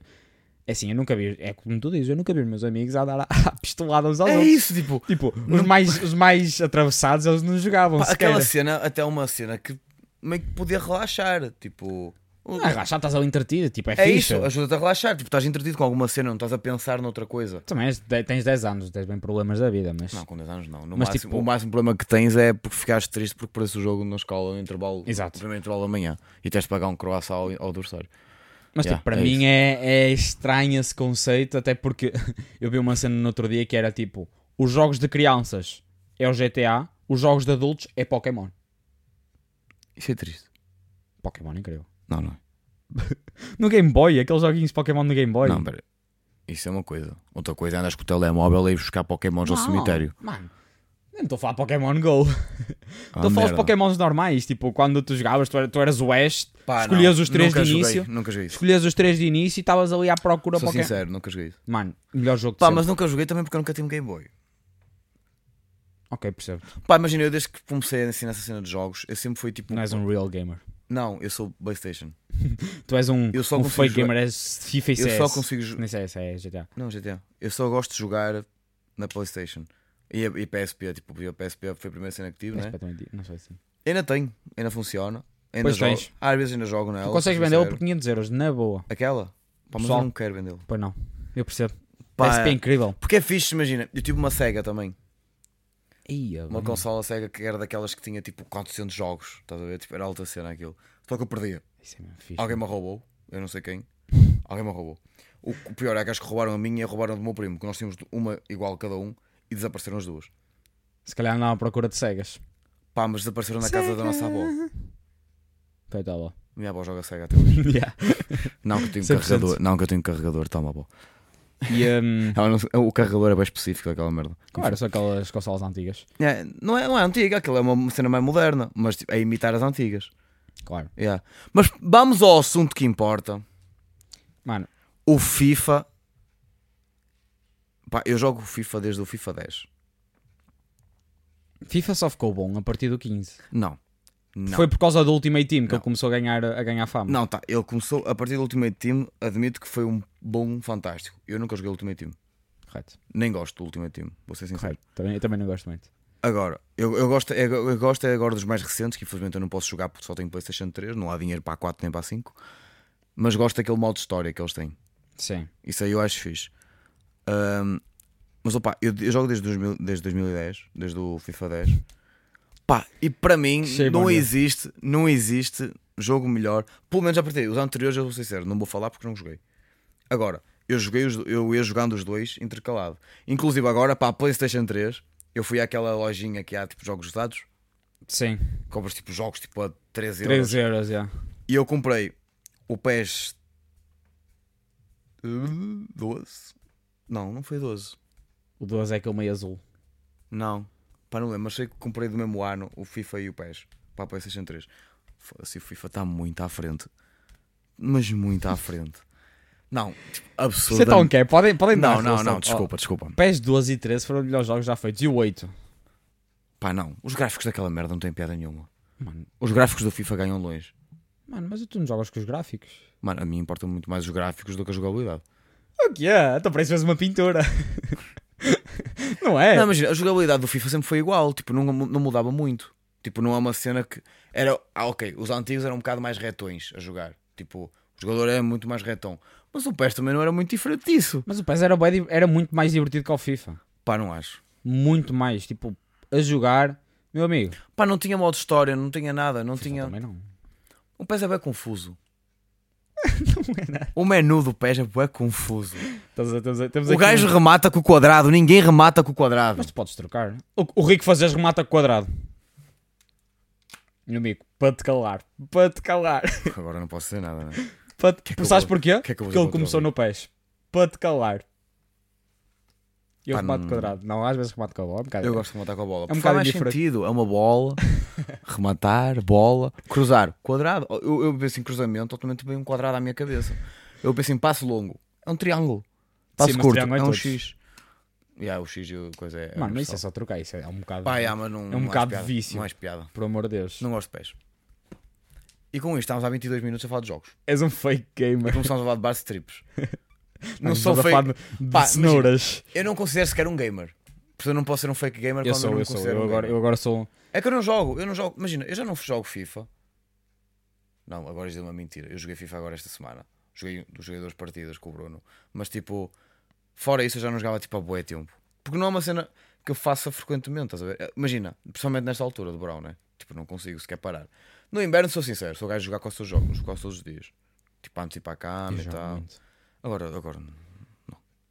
Speaker 2: é assim, eu nunca vi, é como tu dizes, eu nunca vi os meus amigos a dar a, a pistolada uns aos
Speaker 1: É
Speaker 2: outros.
Speaker 1: isso, tipo,
Speaker 2: Tipo, os mais, os mais atravessados eles não jogavam
Speaker 1: Pá,
Speaker 2: sequer.
Speaker 1: aquela cena, até uma cena que meio que podia relaxar, tipo. o-
Speaker 2: Ah, relaxa, estás ali entretido, tipo, é,
Speaker 1: é
Speaker 2: fixe.
Speaker 1: isso, ajuda-te a relaxar. Tipo, estás entretido com alguma cena, não estás a pensar noutra coisa.
Speaker 2: Também és- te- tens 10 anos, tens bem problemas da vida, mas...
Speaker 1: Não, com 10 anos não. No
Speaker 2: Mas,
Speaker 1: máximo,
Speaker 2: tipo-
Speaker 1: O máximo problema que tens é porque ficaste triste porque parece o jogo na escola no intervalo.
Speaker 2: Exato.
Speaker 1: No primeiro intervalo da manhã e tens de pagar um croissant ao, ao adversário.
Speaker 2: Mas
Speaker 1: Yeah,
Speaker 2: tipo, para
Speaker 1: é
Speaker 2: mim é, é estranho esse conceito, até porque eu vi uma cena no outro dia que era tipo: os jogos de crianças é o GTA, os jogos de adultos é Pokémon.
Speaker 1: Isso é triste.
Speaker 2: Pokémon é incrível.
Speaker 1: Não, não.
Speaker 2: No Game Boy, aqueles joguinhos de Pokémon no Game Boy.
Speaker 1: Não, pera. Isso é uma coisa. Outra coisa é andas com o telemóvel e ir buscar pokémons ao
Speaker 2: Não,
Speaker 1: é um cemitério.
Speaker 2: Mano, eu não estou a falar de Pokémon Go.
Speaker 1: Ah,
Speaker 2: Estou a falar
Speaker 1: merda.
Speaker 2: de Pokémons normais. Tipo, quando tu jogavas, tu, era- tu eras o Ash,
Speaker 1: Pá,
Speaker 2: escolhias
Speaker 1: não,
Speaker 2: os três
Speaker 1: nunca
Speaker 2: de
Speaker 1: joguei,
Speaker 2: início.
Speaker 1: Nunca joguei isso.
Speaker 2: escolhias os três de início e estavas ali à procura
Speaker 1: Sou
Speaker 2: Pokémon.
Speaker 1: sincero, nunca joguei isso.
Speaker 2: Mano, melhor jogo de
Speaker 1: Pá,
Speaker 2: sempre.
Speaker 1: mas nunca joguei também porque eu nunca tive um Game Boy.
Speaker 2: Ok, percebo.
Speaker 1: Pá, imagina, eu desde que comecei assim nessa cena de jogos, eu sempre fui tipo.
Speaker 2: Não és um real gamer.
Speaker 1: Não, eu sou PlayStation.
Speaker 2: Tu és um,
Speaker 1: Eu só
Speaker 2: um
Speaker 1: consigo
Speaker 2: fake
Speaker 1: jogar-
Speaker 2: gamer, és FIFA e
Speaker 1: Eu
Speaker 2: CS.
Speaker 1: só consigo. jo-
Speaker 2: Nem sei, sei, é GTA.
Speaker 1: Não, GTA. Eu só gosto de jogar na PlayStation. E, a, e PSP, tipo, e a PSP foi a primeira cena que tive, né?
Speaker 2: PSP também tinha, Não sei se.
Speaker 1: Ainda tenho, ainda funciona. Ainda
Speaker 2: Pois
Speaker 1: jogo.
Speaker 2: tens.
Speaker 1: Às vezes ainda jogo nela.
Speaker 2: Tu consegues
Speaker 1: sou
Speaker 2: vendê-lo por
Speaker 1: sincero.
Speaker 2: 500 euros, na boa.
Speaker 1: Aquela? Pá, mas
Speaker 2: Pessoal.
Speaker 1: eu não quero vendê-lo.
Speaker 2: Pois não, eu percebo.
Speaker 1: Pá,
Speaker 2: PSP é incrível.
Speaker 1: Porque é fixe, imagina. Eu tive uma Sega também.
Speaker 2: Ia,
Speaker 1: Uma
Speaker 2: bem.
Speaker 1: consola Sega que era daquelas que tinha tipo 400 jogos. Estás a ver? Tipo, era alta cena aquilo. Só que eu perdia.
Speaker 2: Isso é mesmo fixe.
Speaker 1: Alguém me roubou, eu não sei quem. Alguém me roubou. O o pior é que acho que roubaram a minha e roubaram a do meu primo, que nós tínhamos uma igual cada um e desapareceram as duas.
Speaker 2: Se calhar andava à procura de cegas.
Speaker 1: Pá, mas desapareceram na casa da nossa avó.
Speaker 2: Feito à boa.
Speaker 1: Minha avó joga cega até hoje.
Speaker 2: Yeah.
Speaker 1: Não que eu tenho
Speaker 2: 100%.
Speaker 1: carregador, não que eu tenho carregador, toma avó.
Speaker 2: E hum,
Speaker 1: Ela não- o carregador é bem específico daquela merda.
Speaker 2: qual era só aquelas consolas antigas?
Speaker 1: É, não, é, não é antiga, aquilo é uma cena mais moderna, mas tipo, é imitar as antigas.
Speaker 2: Claro.
Speaker 1: Yeah. Mas vamos ao assunto que importa.
Speaker 2: Mano,
Speaker 1: O FIFA. Pá, eu jogo o FIFA desde o FIFA 10.
Speaker 2: FIFA só ficou bom a partir do 15.
Speaker 1: Não. Não.
Speaker 2: Foi por causa do Ultimate Team que
Speaker 1: Não.
Speaker 2: ele começou a ganhar, a ganhar fama.
Speaker 1: Não, tá. Ele começou a partir do Ultimate Team. Admito que foi um bom fantástico. Eu nunca joguei Ultimate Team.
Speaker 2: Correto.
Speaker 1: Nem gosto do Ultimate Team, vou ser sincero.
Speaker 2: Correto. Também, eu também não gosto muito.
Speaker 1: Agora, eu, eu gosto, eu, eu gosto é agora dos mais recentes, que infelizmente eu não posso jogar porque só tenho PlayStation 3, não há dinheiro para a 4 nem para a 5. Mas gosto daquele modo de história que eles têm.
Speaker 2: Sim.
Speaker 1: Isso aí eu acho fixe. Ahm, mas opa, eu, eu jogo desde, 2000, desde 2010, desde o FIFA 10. Pá, e para mim
Speaker 2: Shame on
Speaker 1: não
Speaker 2: you.
Speaker 1: existe, não existe jogo melhor. Pelo menos a partir dos anteriores, eu vou ser sincero, não vou falar porque não joguei. Agora, eu joguei os do- eu ia jogando os dois intercalado. Inclusive agora para a PlayStation 3, eu fui àquela lojinha que há tipo jogos usados,
Speaker 2: Sim.
Speaker 1: compras tipo jogos tipo a 13 euros.
Speaker 2: 3 euros, já.
Speaker 1: E eu comprei o PES 12? Não, não foi 12.
Speaker 2: O 12 é aquele meio azul.
Speaker 1: Não, pá, não lembro, mas sei que comprei do mesmo ano o FIFA e o PES para a PlayStation 3. Foda-se, o FIFA está muito à frente, mas muito à frente. Não, tipo,
Speaker 2: Isso é tão
Speaker 1: absurdo.
Speaker 2: quer, podem, podem dar
Speaker 1: Não, não,
Speaker 2: relação.
Speaker 1: não, desculpa, desculpa.
Speaker 2: é Oh, PES 12 e 13 foram os melhores jogos já feitos. E o 8?
Speaker 1: Pá, não, os gráficos daquela merda não têm piada nenhuma.
Speaker 2: Mano,
Speaker 1: Os gráficos do FIFA ganham longe.
Speaker 2: mano, mas tu não jogas com os gráficos?
Speaker 1: Mano, a mim importam muito mais os gráficos do que a jogabilidade.
Speaker 2: O que é? Então parece mesmo uma pintura. não é?
Speaker 1: Não, imagina, a jogabilidade do FIFA sempre foi igual, tipo, não, não mudava muito. Tipo, não é uma cena que. Era. Ah, ok, os antigos eram um bocado mais retões a jogar. Tipo, o jogador era muito mais retão. Mas o PES também não era muito diferente disso.
Speaker 2: Mas o PES era, bué di- era muito mais divertido que o FIFA.
Speaker 1: Pá, não acho.
Speaker 2: Muito mais. Tipo, a jogar. Meu amigo.
Speaker 1: Pá, não tinha modo história, não tinha nada, não tinha.
Speaker 2: Tinha... Também não.
Speaker 1: O PES é bem confuso.
Speaker 2: é
Speaker 1: O menu do PES é bem confuso.
Speaker 2: Estamos a- estamos a- temos
Speaker 1: O
Speaker 2: aqui
Speaker 1: gajo
Speaker 2: um-
Speaker 1: remata com o quadrado, ninguém remata com o quadrado.
Speaker 2: Mas tu podes trocar. O, o Rico Fazes remata quadrado. Meu amigo, para te calar. Para te calar.
Speaker 1: Agora não posso dizer nada, né?
Speaker 2: Para te...
Speaker 1: que eu
Speaker 2: Sabes
Speaker 1: vou-
Speaker 2: porquê?
Speaker 1: que é que eu vou
Speaker 2: Porque
Speaker 1: dizer
Speaker 2: ele
Speaker 1: para o
Speaker 2: começou no PES. Para te calar. E eu
Speaker 1: Pá,
Speaker 2: remato
Speaker 1: não-
Speaker 2: quadrado. Não, às vezes remato quadrado. É um bocado-
Speaker 1: Eu gosto de rematar com a bola.
Speaker 2: É um
Speaker 1: É um
Speaker 2: bocado
Speaker 1: Faz mais
Speaker 2: diferente.
Speaker 1: sentido. É uma bola, rematar, bola, cruzar, quadrado. Eu, eu penso em cruzamento, totalmente bem um quadrado à minha cabeça. Eu penso em passo longo, é um triângulo. Passo
Speaker 2: mas
Speaker 1: curto, é,
Speaker 2: triângulo é
Speaker 1: um
Speaker 2: todos.
Speaker 1: X. Yeah, o X e o coisa é.
Speaker 2: Mano, mas isso
Speaker 1: universal.
Speaker 2: é só trocar. Isso é um bocado.
Speaker 1: Pá, yeah, mas não,
Speaker 2: é um
Speaker 1: não
Speaker 2: bocado
Speaker 1: acho piada.
Speaker 2: de vício.
Speaker 1: Não acho piada.
Speaker 2: Por amor de Deus.
Speaker 1: Não gosto de pés. E com isto, estamos há 22 minutos a falar de jogos.
Speaker 2: És um fake
Speaker 1: E
Speaker 2: gamer.
Speaker 1: começamos a falar de bar strips. Não
Speaker 2: Estamos
Speaker 1: sou
Speaker 2: a falar
Speaker 1: fake.
Speaker 2: De, de
Speaker 1: Pá, imagina.
Speaker 2: cenouras.
Speaker 1: Eu não considero sequer um gamer. Porque eu não posso ser um fake gamer
Speaker 2: Eu
Speaker 1: quando eu
Speaker 2: sou,
Speaker 1: não
Speaker 2: eu
Speaker 1: me
Speaker 2: sou.
Speaker 1: considero
Speaker 2: Eu
Speaker 1: um
Speaker 2: agora,
Speaker 1: gamer.
Speaker 2: eu agora sou.
Speaker 1: É que eu não jogo, eu não jogo. Imagina, eu já não jogo FIFA. Não, agora isso é uma mentira. Eu joguei FIFA agora esta semana. Joguei, joguei duas partidas com o Bruno. Mas tipo, fora isso eu já não jogava tipo a boé tempo. Porque não é uma cena que eu faça frequentemente, estás a ver? Eh, Imagina, principalmente nesta altura do verão, né? Tipo, não consigo sequer parar. No inverno, sou sincero, sou gajo de jogar com os seus jogos, jogo quase todos os dias. Tipo, antes de ir para a
Speaker 2: Eu
Speaker 1: cama e
Speaker 2: jogo
Speaker 1: tal.
Speaker 2: muito.
Speaker 1: Agora, agora.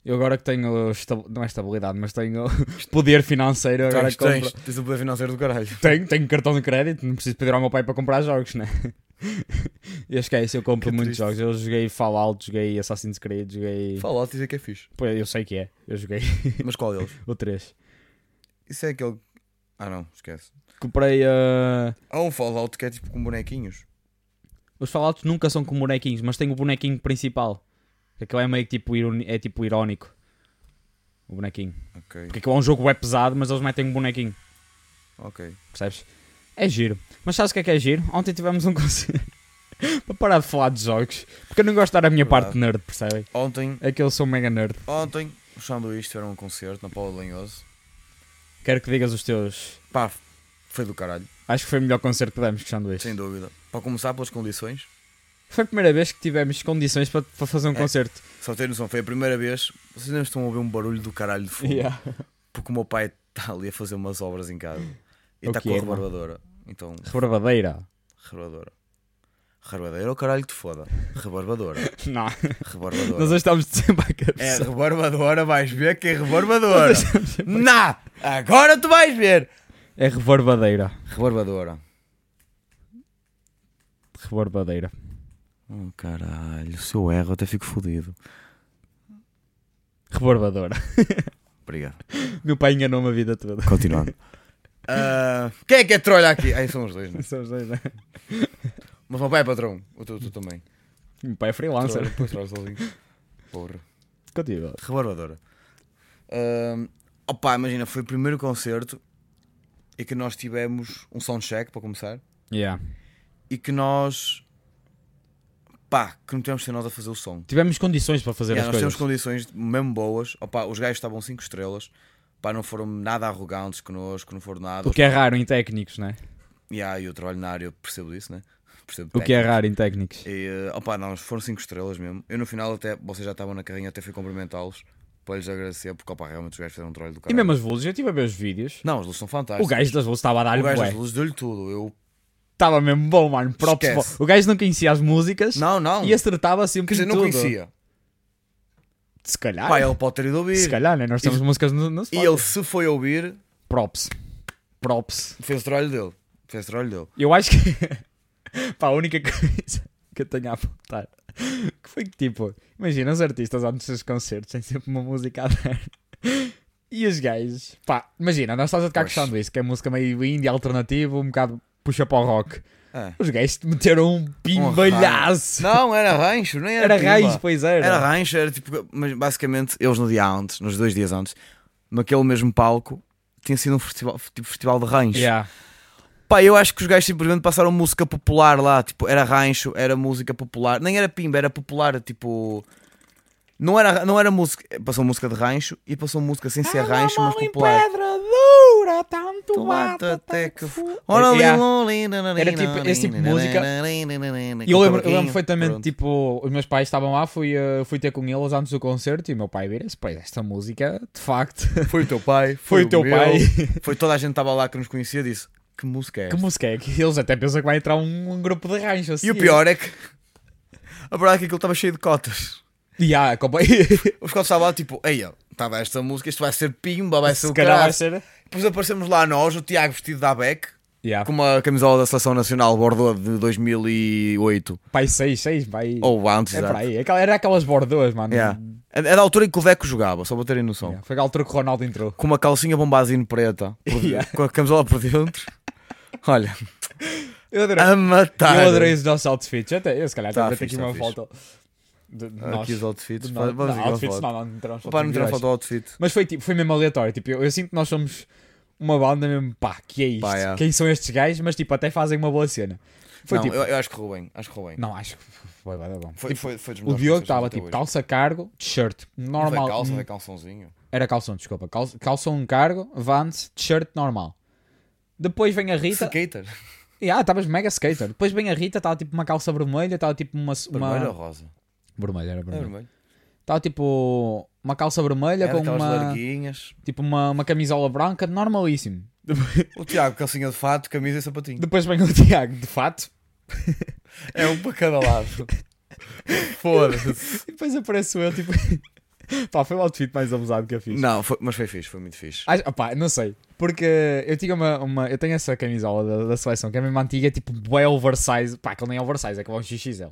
Speaker 2: Eu agora que tenho. esta- Não é estabilidade, mas tenho poder financeiro. Agora
Speaker 1: Tens,
Speaker 2: que compro.
Speaker 1: tens, tens o poder financeiro do caralho.
Speaker 2: Tenho, tenho cartão de crédito, não preciso pedir ao meu pai para comprar jogos, né? Eu esqueço, eu compro
Speaker 1: Que
Speaker 2: muitos
Speaker 1: triste.
Speaker 2: jogos. Eu joguei Fallout, joguei Assassin's Creed, joguei.
Speaker 1: Fala, dizer que é fixe.
Speaker 2: Pô, eu sei que é, eu joguei
Speaker 1: Mas qual deles?
Speaker 2: o 3.
Speaker 1: Isso é aquele. Ah não, esquece.
Speaker 2: Comprei. ah,
Speaker 1: Há um Fallout que é tipo com bonequinhos.
Speaker 2: Os Fallouts nunca são com bonequinhos, mas tem o bonequinho principal. Aquele é meio que tipo, ironi- é tipo irónico. O bonequinho.
Speaker 1: Ok,
Speaker 2: Porque aquilo é um jogo web pesado, mas eles metem um bonequinho,
Speaker 1: ok.
Speaker 2: percebes? É giro. Mas sabes o que é que é giro? Ontem tivemos um concerto. para parar de falar de jogos. Porque eu não gosto de dar a minha parte nerd, percebem?
Speaker 1: Ontem,
Speaker 2: É que eu sou mega nerd.
Speaker 1: ontem, os sanduíches tiveram um concerto na Paula de Lanhoso.
Speaker 2: Quero que digas os teus.
Speaker 1: Pá, foi do caralho,
Speaker 2: Acho que foi o melhor concerto que demos, que são dois.
Speaker 1: sem dúvida. Para começar pelas condições,
Speaker 2: Foi a primeira vez que tivemos condições para, para fazer um
Speaker 1: É.
Speaker 2: concerto.
Speaker 1: só ter noção, foi a primeira vez. Vocês não estão a ouvir um barulho do caralho de fundo.
Speaker 2: Yeah.
Speaker 1: Porque o meu pai está ali a fazer umas obras em casa. E
Speaker 2: O
Speaker 1: está
Speaker 2: que
Speaker 1: com
Speaker 2: é,
Speaker 1: a rebarbadora. Então,
Speaker 2: Rebarbadeira.
Speaker 1: rebarbadora. Rebarbadora é o caralho que te foda. Rebarbadora.
Speaker 2: Não, nós hoje
Speaker 1: Rebarbadora.
Speaker 2: estamos sempre à
Speaker 1: É
Speaker 2: cabeça.
Speaker 1: rebarbadora, vais ver que é rebarbadora. Na! Agora tu vais ver!
Speaker 2: É, rebarbadeira.
Speaker 1: Rebarbadora.
Speaker 2: Rebarbadeira.
Speaker 1: Oh, caralho, se eu erro, eu até fico fodido.
Speaker 2: Rebarbadora.
Speaker 1: Obrigado.
Speaker 2: Meu pai enganou-me a vida toda.
Speaker 1: Continuando. Ah, quem é que é trolha aqui? Aí são os dois, né?
Speaker 2: São os dois, né?
Speaker 1: Mas o meu pai é patrão. O teu, tu também.
Speaker 2: Meu pai é freelancer.
Speaker 1: Trolha, depois trolha sozinho. Porra.
Speaker 2: Continua.
Speaker 1: Rebarbadora. Ah, opa, imagina, foi o primeiro concerto e que nós tivemos um soundcheck para começar
Speaker 2: Yeah.
Speaker 1: e que nós. pá, que não tivemos de ser nós a fazer o som.
Speaker 2: Tivemos condições para fazer
Speaker 1: Yeah,
Speaker 2: as
Speaker 1: nós temos
Speaker 2: coisas.
Speaker 1: condições mesmo boas. Opa, os gajos estavam 5 estrelas. Pá, não foram nada arrogantes connosco, não foram nada.
Speaker 2: O que é raro em técnicos, né?
Speaker 1: Yeah, eu trabalho na área, eu percebo disso, né? Percebo
Speaker 2: O que é
Speaker 1: técnica.
Speaker 2: raro em técnicos.
Speaker 1: E, eh, opa, não, foram 5 estrelas mesmo. Eu no final, até, vocês já estavam na carrinha, até fui cumprimentá-los para lhes agradecer, porque opa, realmente os gajos fizeram um trabalho do
Speaker 2: E
Speaker 1: caralho.
Speaker 2: mesmo as luzes, eu estive a ver os vídeos.
Speaker 1: Não, as luzes são
Speaker 2: O
Speaker 1: fantásticas.
Speaker 2: gajo das luzes estava a dar-lhe
Speaker 1: O gajo
Speaker 2: bué.
Speaker 1: das luzes deu-lhe tudo. Eu...
Speaker 2: Estava mesmo bom, mano. Props
Speaker 1: Esquece.
Speaker 2: bom. O gajo não conhecia as músicas
Speaker 1: Não, não.
Speaker 2: e acertava sempre
Speaker 1: Quer dizer,
Speaker 2: em
Speaker 1: não
Speaker 2: tudo.
Speaker 1: conhecia.
Speaker 2: Se calhar.
Speaker 1: Pá, ele pode ter ido ouvir.
Speaker 2: Se calhar, né? Nós temos músicas no, no
Speaker 1: E
Speaker 2: Spotify.
Speaker 1: ele, se foi ouvir,
Speaker 2: Props. Props.
Speaker 1: fez o trabalho dele. Fez o trabalho dele.
Speaker 2: Eu acho que. Pá, a única coisa que eu tenho a apontar que foi que, tipo, imagina os artistas antes dos concertos têm sempre uma música a dar. E os gajos, pá, imagina, nós estás a tocar
Speaker 1: Pois.
Speaker 2: com isso, que é música meio indie alternativo, um bocado puxa para o rock.
Speaker 1: É.
Speaker 2: Os gajos te meteram um pimbalhaço.
Speaker 1: Um Não, era rancho, nem era.
Speaker 2: era
Speaker 1: pimba.
Speaker 2: raiz, pois era.
Speaker 1: Era rancho, era tipo. Mas basicamente, eles no dia antes, nos dois dias antes, naquele mesmo palco, tinha sido um festival, tipo festival de rancho.
Speaker 2: Yeah.
Speaker 1: Pá, eu acho que os gajos simplesmente passaram música popular lá, tipo, era rancho, era música popular, nem era pimba, era popular, tipo. Não era, não era música, passou música de rancho e passou música sem ser rancho, é mas popular.
Speaker 2: pedra dura, tanto
Speaker 1: Tu mata até que f-
Speaker 2: Ora ali,
Speaker 1: Yeah.
Speaker 2: Era tipo- esse tipo de música. E eu lembro, eu lembro perfeitamente, tipo, os meus pais estavam lá, fui, eh, fui ter com eles antes do concerto e o meu pai vira-se, "Pois, esta música, de facto,
Speaker 1: Foi o teu pai,
Speaker 2: foi o teu
Speaker 1: meu,
Speaker 2: pai.
Speaker 1: Foi toda a gente que estava lá que nos conhecia e disse: Que música é?
Speaker 2: que
Speaker 1: esta?"
Speaker 2: música é que eles até pensam que vai entrar um, um grupo de rancho assim.
Speaker 1: E o pior é que. A verdade é que aquilo estava cheio de cotas.
Speaker 2: Yeah, compa-
Speaker 1: Os cotas estavam lá tipo: Ei, ó, estava esta música, isto vai ser pimba, vai ser
Speaker 2: Se
Speaker 1: o
Speaker 2: calhar vai
Speaker 1: caralho.
Speaker 2: ser.
Speaker 1: Depois aparecemos lá nós, o Tiago vestido da Beck,
Speaker 2: Yeah.
Speaker 1: com uma camisola da Seleção Nacional Bordeaux de 2008.
Speaker 2: Pai 6, 6, vai.
Speaker 1: Ou antes,
Speaker 2: é
Speaker 1: Oh, exato.
Speaker 2: para aí. Aquela- Era aquelas bordoas, mano.
Speaker 1: Yeah. É da altura em que o Deco jogava, só para terem noção.
Speaker 2: Yeah, Foi aquela altura que o Ronaldo entrou.
Speaker 1: Com uma calcinha bombazine preta, por-
Speaker 2: Yeah.
Speaker 1: com a camisola por dentro. Olha,
Speaker 2: Eu adorei.
Speaker 1: a matar.
Speaker 2: Eu adorei os nossos outfits. Até, eu, se calhar,
Speaker 1: é Tá
Speaker 2: também tenho
Speaker 1: fixe,
Speaker 2: aqui uma
Speaker 1: tá fixe.
Speaker 2: foto. De, de nós.
Speaker 1: Aqui os outfits.
Speaker 2: De
Speaker 1: Vamos
Speaker 2: nós.
Speaker 1: ver
Speaker 2: Não,
Speaker 1: uma
Speaker 2: outfits
Speaker 1: foto.
Speaker 2: não, não tiramos
Speaker 1: Pá, não tirar foto
Speaker 2: fotos
Speaker 1: do outfit.
Speaker 2: Mas foi tipo, foi mesmo aleatório. Tipo, eu, eu sinto que nós somos uma banda mesmo, pá, que é isto?
Speaker 1: Pá, yeah.
Speaker 2: Quem são estes gajos? Mas tipo, até fazem uma boa cena. Foi
Speaker 1: não,
Speaker 2: tipo,
Speaker 1: eu, eu acho que correu bem. Acho que correu bem.
Speaker 2: não acho que foi, vai dar bom.
Speaker 1: Foi,
Speaker 2: Tipo,
Speaker 1: foi, foi
Speaker 2: o Diogo estava tipo calça cargo, t-shirt, normal. Hum,
Speaker 1: normal. Calça, foi calçãozinho.
Speaker 2: Era calção, desculpa. Cal- Calção cargo, Vans, t-shirt normal. Depois vem a Rita.
Speaker 1: Skater.
Speaker 2: E, Ah, estavas mega skater. Depois vem a Rita, estava tipo uma calça vermelha, estava tipo uma. uma...
Speaker 1: Vermelho ou rosa?
Speaker 2: Vermelha, era
Speaker 1: É
Speaker 2: vermelha.
Speaker 1: vermelho.
Speaker 2: Estava tipo uma calça vermelha
Speaker 1: Era
Speaker 2: com
Speaker 1: aquelas
Speaker 2: uma.
Speaker 1: larguinhas.
Speaker 2: Tipo uma, uma camisola branca, normalíssimo.
Speaker 1: O Tiago, calcinha de fato, camisa e sapatinho.
Speaker 2: Depois vem o Tiago, de fato.
Speaker 1: É um para cada lado. Foda-se.
Speaker 2: E depois aparece eu, tipo. Pá, foi o outfit mais abusado que eu fiz.
Speaker 1: Não, foi- mas foi fixe, foi muito fixe.
Speaker 2: Ah, opá, não sei. Porque eu tinha uma, uma- Eu tenho essa camisola da, da seleção, que é mesmo antiga, tipo, bué oversize. Pá, aquele nem é oversize, é que é um XXL.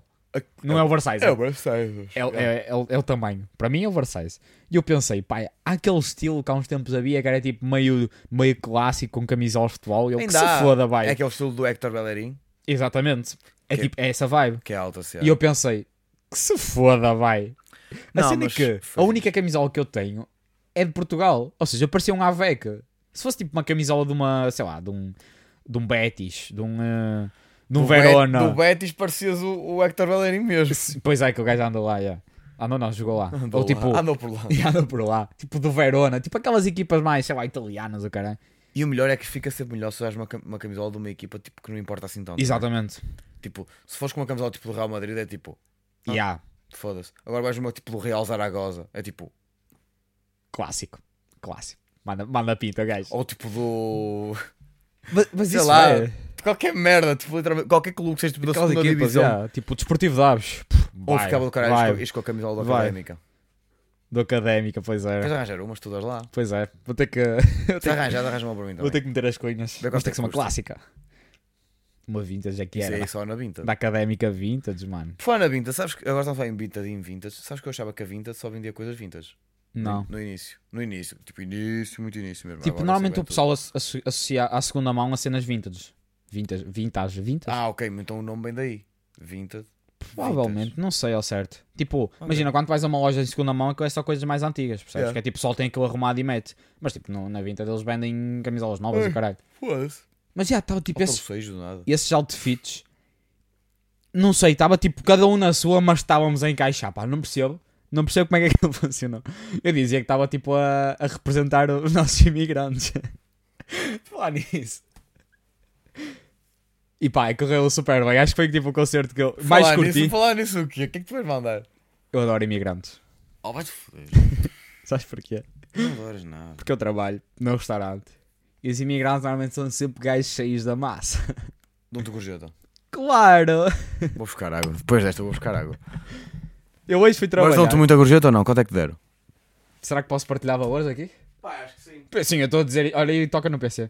Speaker 2: Não é oversize, é,
Speaker 1: o Mercedes.
Speaker 2: é, é- é o- é o tamanho. Para mim é oversize. E eu pensei, pá, há aquele estilo que há uns tempos havia que era tipo meio, meio clássico com camisola de futebol. E eu, que
Speaker 1: Ainda
Speaker 2: se
Speaker 1: há.
Speaker 2: foda, vai.
Speaker 1: É aquele estilo do Hector Bellerin,
Speaker 2: Exatamente. É
Speaker 1: Que-
Speaker 2: tipo, é essa vibe.
Speaker 1: que é alta
Speaker 2: E eu pensei, que se foda, vai. A
Speaker 1: Não,
Speaker 2: cena é
Speaker 1: mas
Speaker 2: que a
Speaker 1: foi
Speaker 2: única camisola que eu tenho é de Portugal. Ou seja, parecia um Aveca. Se fosse tipo uma camisola de uma, sei lá, de um, de um Betis, de um, eh, de um Verona.
Speaker 1: Do Betis parecias o, o Hector Bellerin mesmo.
Speaker 2: Se- Pois é, que o gajo andou lá, yeah. Andou não, jogou lá. Ou tipo,
Speaker 1: lá. Ah, Andou por lá.
Speaker 2: e anda por lá. Tipo do Verona. Tipo aquelas equipas mais, sei lá, italianas, o caralho.
Speaker 1: E o melhor é que fica sempre melhor se usares uma, cam- uma camisola de uma equipa tipo, que não importa assim tanto.
Speaker 2: Exatamente.
Speaker 1: Tipo, se fores com uma camisola tipo do Real Madrid é tipo, Ah.
Speaker 2: Yeah.
Speaker 1: foda-se. Agora vais numa tipo do Real Zaragoza, é tipo,
Speaker 2: Clássico. Clássico. Manda, manda pinta, gajo.
Speaker 1: ou tipo do.
Speaker 2: Mas, mas
Speaker 1: Sei
Speaker 2: isso
Speaker 1: lá,
Speaker 2: é-
Speaker 1: de qualquer merda, tipo, literalmente, qualquer clube que seja tipo da
Speaker 2: Aquelas
Speaker 1: segunda
Speaker 2: equipas,
Speaker 1: divisão.
Speaker 2: yeah, tipo, o Desportivo de Aves. Pff,
Speaker 1: Ou
Speaker 2: vai,
Speaker 1: ficava do caralho, tipo,
Speaker 2: vai.
Speaker 1: isto com- isto com a camisola da
Speaker 2: Vai.
Speaker 1: académica.
Speaker 2: Do Académica, pois
Speaker 1: Mas
Speaker 2: é.
Speaker 1: arranjar umas, todas lá.
Speaker 2: Pois é. Vou ter que,
Speaker 1: Se arranjar, arranja uma para mim
Speaker 2: vou
Speaker 1: também.
Speaker 2: ter que meter as cunhas.
Speaker 1: Vê
Speaker 2: Mas
Speaker 1: quanto
Speaker 2: tem que ser uma
Speaker 1: custa.
Speaker 2: clássica. Uma vintage é que
Speaker 1: Isso
Speaker 2: era.
Speaker 1: aí só na Vinta.
Speaker 2: Da Académica vintage, mano.
Speaker 1: Por falar na Vinta, sabes que agora estamos a falar em Vinta em Vintas. Sabes que eu achava que a Vinta só vendia coisas vintas?
Speaker 2: Não.
Speaker 1: No início. No início. Tipo, início, muito início mesmo.
Speaker 2: Tipo,
Speaker 1: Agora
Speaker 2: normalmente
Speaker 1: isso é
Speaker 2: o pessoal asso- asso- associa à segunda mão a cenas vintage. Vintage, vintage,
Speaker 1: tudo.
Speaker 2: vintage?
Speaker 1: Ah, ok, então o nome vem daí. Vinta.
Speaker 2: Provavelmente, não sei ao certo. Tipo, imagina quando vais a uma loja de segunda mão, aquilo é só coisas mais antigas, percebes?
Speaker 1: Yeah.
Speaker 2: Que é tipo, só tem aquilo arrumado e mete. Mas tipo, no- na vintage eles vendem camisolas novas e
Speaker 1: Ui.
Speaker 2: caralho.
Speaker 1: Foda-se.
Speaker 2: Mas já, estava tipo,
Speaker 1: Falta
Speaker 2: esses,
Speaker 1: o seis do nada.
Speaker 2: esses outfits, não sei, estava tipo cada um na sua, mas estávamos a encaixar, pá, não percebo, não percebo como é que aquilo funcionou. Eu dizia que estava tipo a, a representar os nossos imigrantes. Falar nisso. E pá, correu super bem. Acho que foi tipo o concerto que eu mais
Speaker 1: Falar
Speaker 2: curti.
Speaker 1: Nisso, falar nisso o quê? O que é que tu vais mandar?
Speaker 2: Eu adoro imigrantes.
Speaker 1: Oh, vais-te foder.
Speaker 2: Sabes porquê?
Speaker 1: Não adoras nada.
Speaker 2: Porque eu trabalho no restaurante. E os imigrantes normalmente são sempre gajos cheios da massa.
Speaker 1: Não-te gorjeta.
Speaker 2: Claro!
Speaker 1: Vou buscar água. Depois desta, vou buscar água.
Speaker 2: Eu hoje fui
Speaker 1: Mas
Speaker 2: trabalhar.
Speaker 1: dão-te muita gorjeta ou não? Quanto é que deram?
Speaker 2: Será que posso partilhar valores aqui?
Speaker 1: Pá, acho que sim.
Speaker 2: Sim, eu estou a dizer. Olha aí, toca no PC.